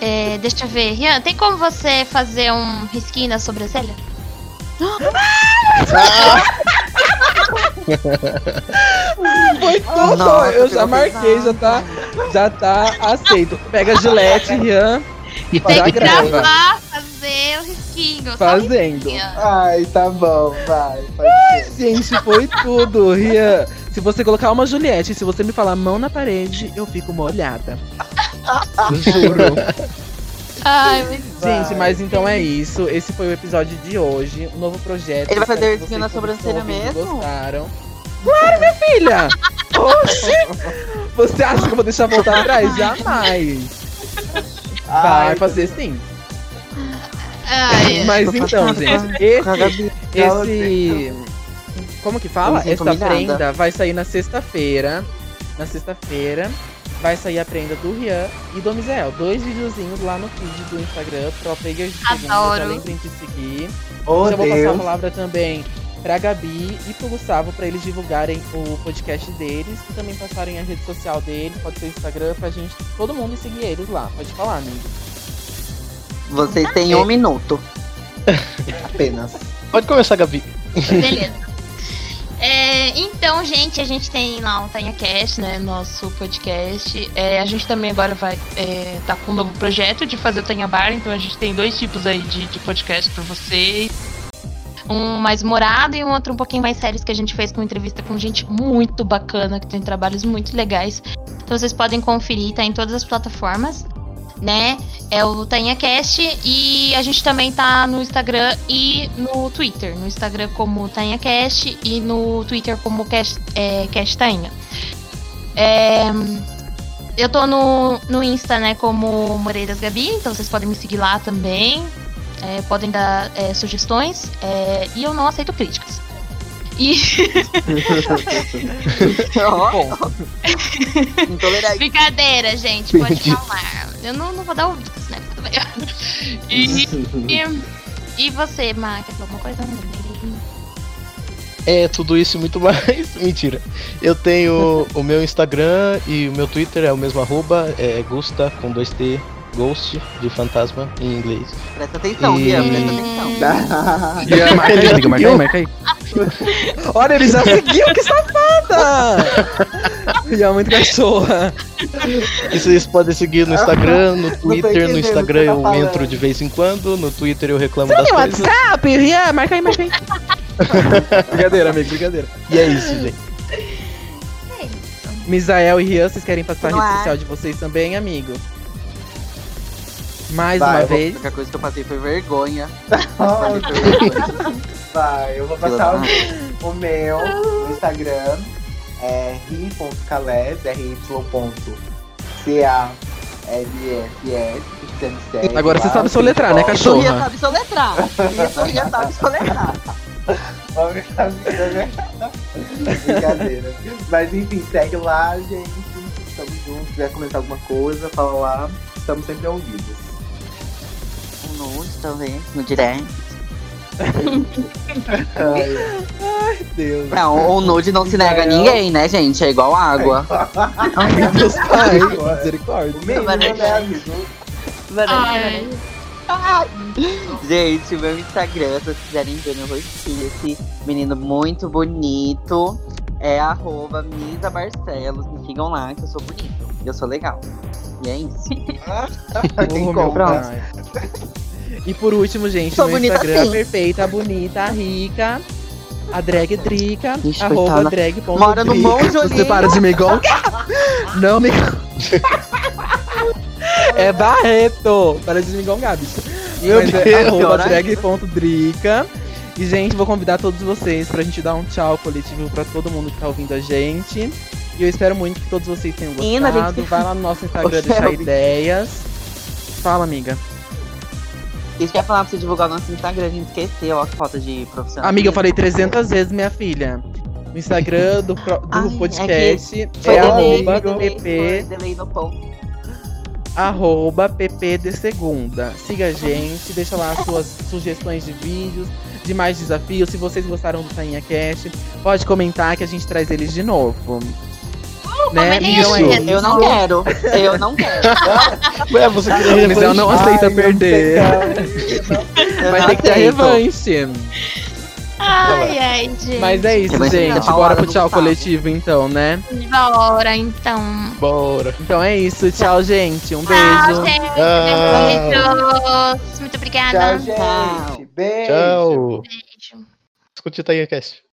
[SPEAKER 4] é, deixa eu ver. Rian, tem como você fazer um risquinho na sobrancelha?
[SPEAKER 1] Foi tudo,
[SPEAKER 2] Nossa,
[SPEAKER 1] eu já
[SPEAKER 2] que
[SPEAKER 1] marquei, já tá, já tá aceito. Pega a gilete, Rian,
[SPEAKER 4] Tem
[SPEAKER 1] já
[SPEAKER 4] que
[SPEAKER 1] grava.
[SPEAKER 4] gravar, fazer o risquinho. só o
[SPEAKER 1] Fazendo.
[SPEAKER 4] risquinho.
[SPEAKER 3] Ai, tá bom, vai. Faz isso.
[SPEAKER 1] Gente, foi tudo, Rian. Se você colocar uma Juliette, se você me falar mão na parede, eu fico molhada. Juro.
[SPEAKER 4] Ai, muito
[SPEAKER 1] Gente, mas então é isso. Esse foi o episódio de hoje. Um novo projeto.
[SPEAKER 2] Ele vai fazer
[SPEAKER 1] Espero que
[SPEAKER 2] risquinho na
[SPEAKER 1] vocês que
[SPEAKER 2] sobrancelha
[SPEAKER 1] estão ouvindo
[SPEAKER 2] mesmo?
[SPEAKER 1] Gostaram. Claro, minha filha! Oxi! Você acha que eu vou deixar voltar atrás? Jamais! Vai
[SPEAKER 3] Ai,
[SPEAKER 1] fazer sim.
[SPEAKER 4] Ai,
[SPEAKER 1] Mas
[SPEAKER 2] tô
[SPEAKER 1] então,
[SPEAKER 2] passada.
[SPEAKER 1] gente,
[SPEAKER 2] Com a
[SPEAKER 1] esse
[SPEAKER 2] Gabi. Não,
[SPEAKER 1] Esse. Como que fala?
[SPEAKER 2] Eu me sinto
[SPEAKER 1] Essa
[SPEAKER 2] humilhada.
[SPEAKER 1] prenda vai sair na sexta-feira. na sexta-feira. Vai sair a prenda do Rian e do Misael. Dois videozinhos lá no feed do Instagram, pro Players de Segunda, já
[SPEAKER 4] Adoro.
[SPEAKER 1] lembrem de seguir.
[SPEAKER 3] Oh,
[SPEAKER 1] Já vou passar a
[SPEAKER 3] Deus.
[SPEAKER 1] palavra também pra Gabi e pro Gustavo pra eles divulgarem o podcast deles e também passarem a rede social deles, pode ser o Instagram, pra gente, todo mundo seguir eles lá. Pode falar, amigo.
[SPEAKER 2] Vocês têm um minuto.
[SPEAKER 3] Apenas.
[SPEAKER 5] Pode começar, Gabi.
[SPEAKER 4] Beleza. É, então, gente, a gente tem lá o TanhaCast, né? Nosso podcast. É, a gente também agora vai é, tá com um novo projeto de fazer o Tanha Bar, então a gente tem dois tipos aí de, de podcast pra vocês. Um mais morado e um outro um pouquinho mais sério que a gente fez com entrevista com gente muito bacana, que tem trabalhos muito legais. Então vocês podem conferir, tá em todas as plataformas, né? É o TanhaCast e a gente também tá no Instagram e no Twitter. No Instagram como TanhaCast e no Twitter como Cast, é, Cast Tainha. É, eu tô no, no Insta, né, como Moreiras Gabi, então vocês podem me seguir lá também. É, podem dar é, sugestões é, e eu não aceito críticas. E
[SPEAKER 2] Ó,
[SPEAKER 1] Bom,
[SPEAKER 2] intolerante.
[SPEAKER 4] brincadeira, gente, pode falar. Eu não, não vou dar ouvidos, né? mas tudo bem. E, e, e você, Ma, quer falar alguma coisa?
[SPEAKER 5] É tudo isso e muito mais. Mentira. Eu tenho o meu Instagram e o meu Twitter é o mesmo arroba, é Gusta com 2T, Ghost de fantasma em inglês.
[SPEAKER 2] Presta atenção,
[SPEAKER 5] E-
[SPEAKER 2] Rian, presta atenção.
[SPEAKER 6] Marca aí, marca aí, marca aí.
[SPEAKER 1] olha, ele já seguiu, que safada! e é muito cachorra.
[SPEAKER 5] E vocês podem seguir no Instagram, no Twitter, no
[SPEAKER 3] entendendo
[SPEAKER 5] Instagram
[SPEAKER 3] o que
[SPEAKER 5] eu
[SPEAKER 3] você tá
[SPEAKER 5] entro
[SPEAKER 3] falando.
[SPEAKER 5] de vez em quando, no Twitter eu reclamo
[SPEAKER 1] Você
[SPEAKER 5] das
[SPEAKER 1] tem
[SPEAKER 5] coisas.
[SPEAKER 1] WhatsApp, Rian? Marca aí, marca aí.
[SPEAKER 6] Brincadeira, amigo, brincadeira.
[SPEAKER 5] E é isso, gente.
[SPEAKER 1] Misael e Rian, vocês querem passar a
[SPEAKER 2] Vamos
[SPEAKER 1] rede
[SPEAKER 2] lá.
[SPEAKER 1] social de vocês também, amigo? Mais
[SPEAKER 3] Vai,
[SPEAKER 1] uma
[SPEAKER 3] eu vou
[SPEAKER 1] vez.
[SPEAKER 2] A única coisa que eu passei foi vergonha.
[SPEAKER 3] Oh,
[SPEAKER 2] Passei foi vergonha.
[SPEAKER 3] Vai, eu vou passar o, o meu no Instagram. É ri.caleb, é ry.caleb.
[SPEAKER 1] Agora você sabe soletrar, né,
[SPEAKER 2] Isso o Rian
[SPEAKER 1] cachorra?
[SPEAKER 2] sabe soletrar. Isso o Rian sabe soletrar.
[SPEAKER 3] é Brincadeira. Mas enfim, segue lá, gente. Estamos juntos. Se quiser comentar alguma coisa, fala lá. Estamos sempre ouvidos.
[SPEAKER 2] Um nude, talvez, no direct.
[SPEAKER 3] Ai,
[SPEAKER 1] Deus.
[SPEAKER 2] Não, o nude não se nega a ninguém, né, gente? É igual água.
[SPEAKER 1] Deus Pai, misericórdia.
[SPEAKER 3] o mínimo, né, amigo?
[SPEAKER 4] Ai.
[SPEAKER 2] Gente, meu Instagram, se vocês quiserem ver meu rostinho, esse menino muito bonito. É arroba Misa Barcelos. Me sigam lá, que eu sou bonito. Eu sou legal. E é isso.
[SPEAKER 3] Quem
[SPEAKER 1] Oh, meu
[SPEAKER 3] compra?
[SPEAKER 1] pai. E por último, gente,
[SPEAKER 2] Sou
[SPEAKER 1] no
[SPEAKER 2] bonita
[SPEAKER 1] Instagram,
[SPEAKER 2] assim.
[SPEAKER 1] a perfeita, a bonita, a rica, a drag drica,
[SPEAKER 2] Ixi,
[SPEAKER 1] arroba
[SPEAKER 2] coitada.
[SPEAKER 1] drag ponto
[SPEAKER 5] Tá
[SPEAKER 2] Mora no
[SPEAKER 1] drica.
[SPEAKER 2] Monte
[SPEAKER 1] Você para de me igual? Não me É Barreto! Para de me gongar, bicho.
[SPEAKER 5] Meu
[SPEAKER 1] Mas é
[SPEAKER 5] Deus,
[SPEAKER 1] arroba
[SPEAKER 2] né?
[SPEAKER 1] drag.drica. E, gente, vou convidar todos vocês pra gente dar um tchau coletivo pra todo mundo que tá ouvindo a gente. E eu espero muito que todos vocês tenham
[SPEAKER 2] Ina,
[SPEAKER 1] gostado.
[SPEAKER 2] gente.
[SPEAKER 1] Vai lá no nosso Instagram
[SPEAKER 2] Eu
[SPEAKER 1] deixar
[SPEAKER 2] quero.
[SPEAKER 1] ideias. Fala, amiga.
[SPEAKER 2] Isso que eu ia falar pra você divulgar o nosso Instagram, a gente esqueceu, ó, que falta de profissional.
[SPEAKER 1] Amiga, eu falei 300 vezes, minha filha. O Instagram do, pro- do
[SPEAKER 2] Ai, é
[SPEAKER 1] podcast é,
[SPEAKER 2] Foi delay,
[SPEAKER 1] arroba
[SPEAKER 2] foi delay,
[SPEAKER 1] pp,
[SPEAKER 2] foi delay no ponto.
[SPEAKER 1] arroba pp de segunda. Siga a gente, deixa lá as suas sugestões de vídeos, de mais desafios. Se vocês gostaram do Tainha Cast, pode comentar que a gente traz eles de novo. né?
[SPEAKER 4] comentem
[SPEAKER 1] Então é
[SPEAKER 4] aí.
[SPEAKER 1] isso.
[SPEAKER 2] Eu não quero, eu não quero.
[SPEAKER 5] Ué, você Ah, queria
[SPEAKER 1] Mas eu não
[SPEAKER 5] revanche?
[SPEAKER 1] aceita
[SPEAKER 3] Ai, meu
[SPEAKER 1] perder.
[SPEAKER 2] Eu
[SPEAKER 1] Vai
[SPEAKER 2] não
[SPEAKER 1] ter que ter a
[SPEAKER 2] aceito.
[SPEAKER 1] revanche.
[SPEAKER 4] Ai, ai, gente.
[SPEAKER 1] Mas é isso,
[SPEAKER 2] Revanche
[SPEAKER 1] gente.
[SPEAKER 2] não.
[SPEAKER 1] Bora pro
[SPEAKER 2] Falaram
[SPEAKER 1] tchau
[SPEAKER 2] do Gustavo.
[SPEAKER 1] coletivo, então, né?
[SPEAKER 4] Da hora, então.
[SPEAKER 5] Bora.
[SPEAKER 1] Então é isso. Tchau, gente. Um
[SPEAKER 4] Tchau,
[SPEAKER 1] beijo.
[SPEAKER 4] gente.
[SPEAKER 5] Ah,
[SPEAKER 4] Beijos. Muito obrigada.
[SPEAKER 3] Tchau, gente. Beijo.
[SPEAKER 5] tchau.
[SPEAKER 4] Beijo.
[SPEAKER 5] Escute o Tigercast.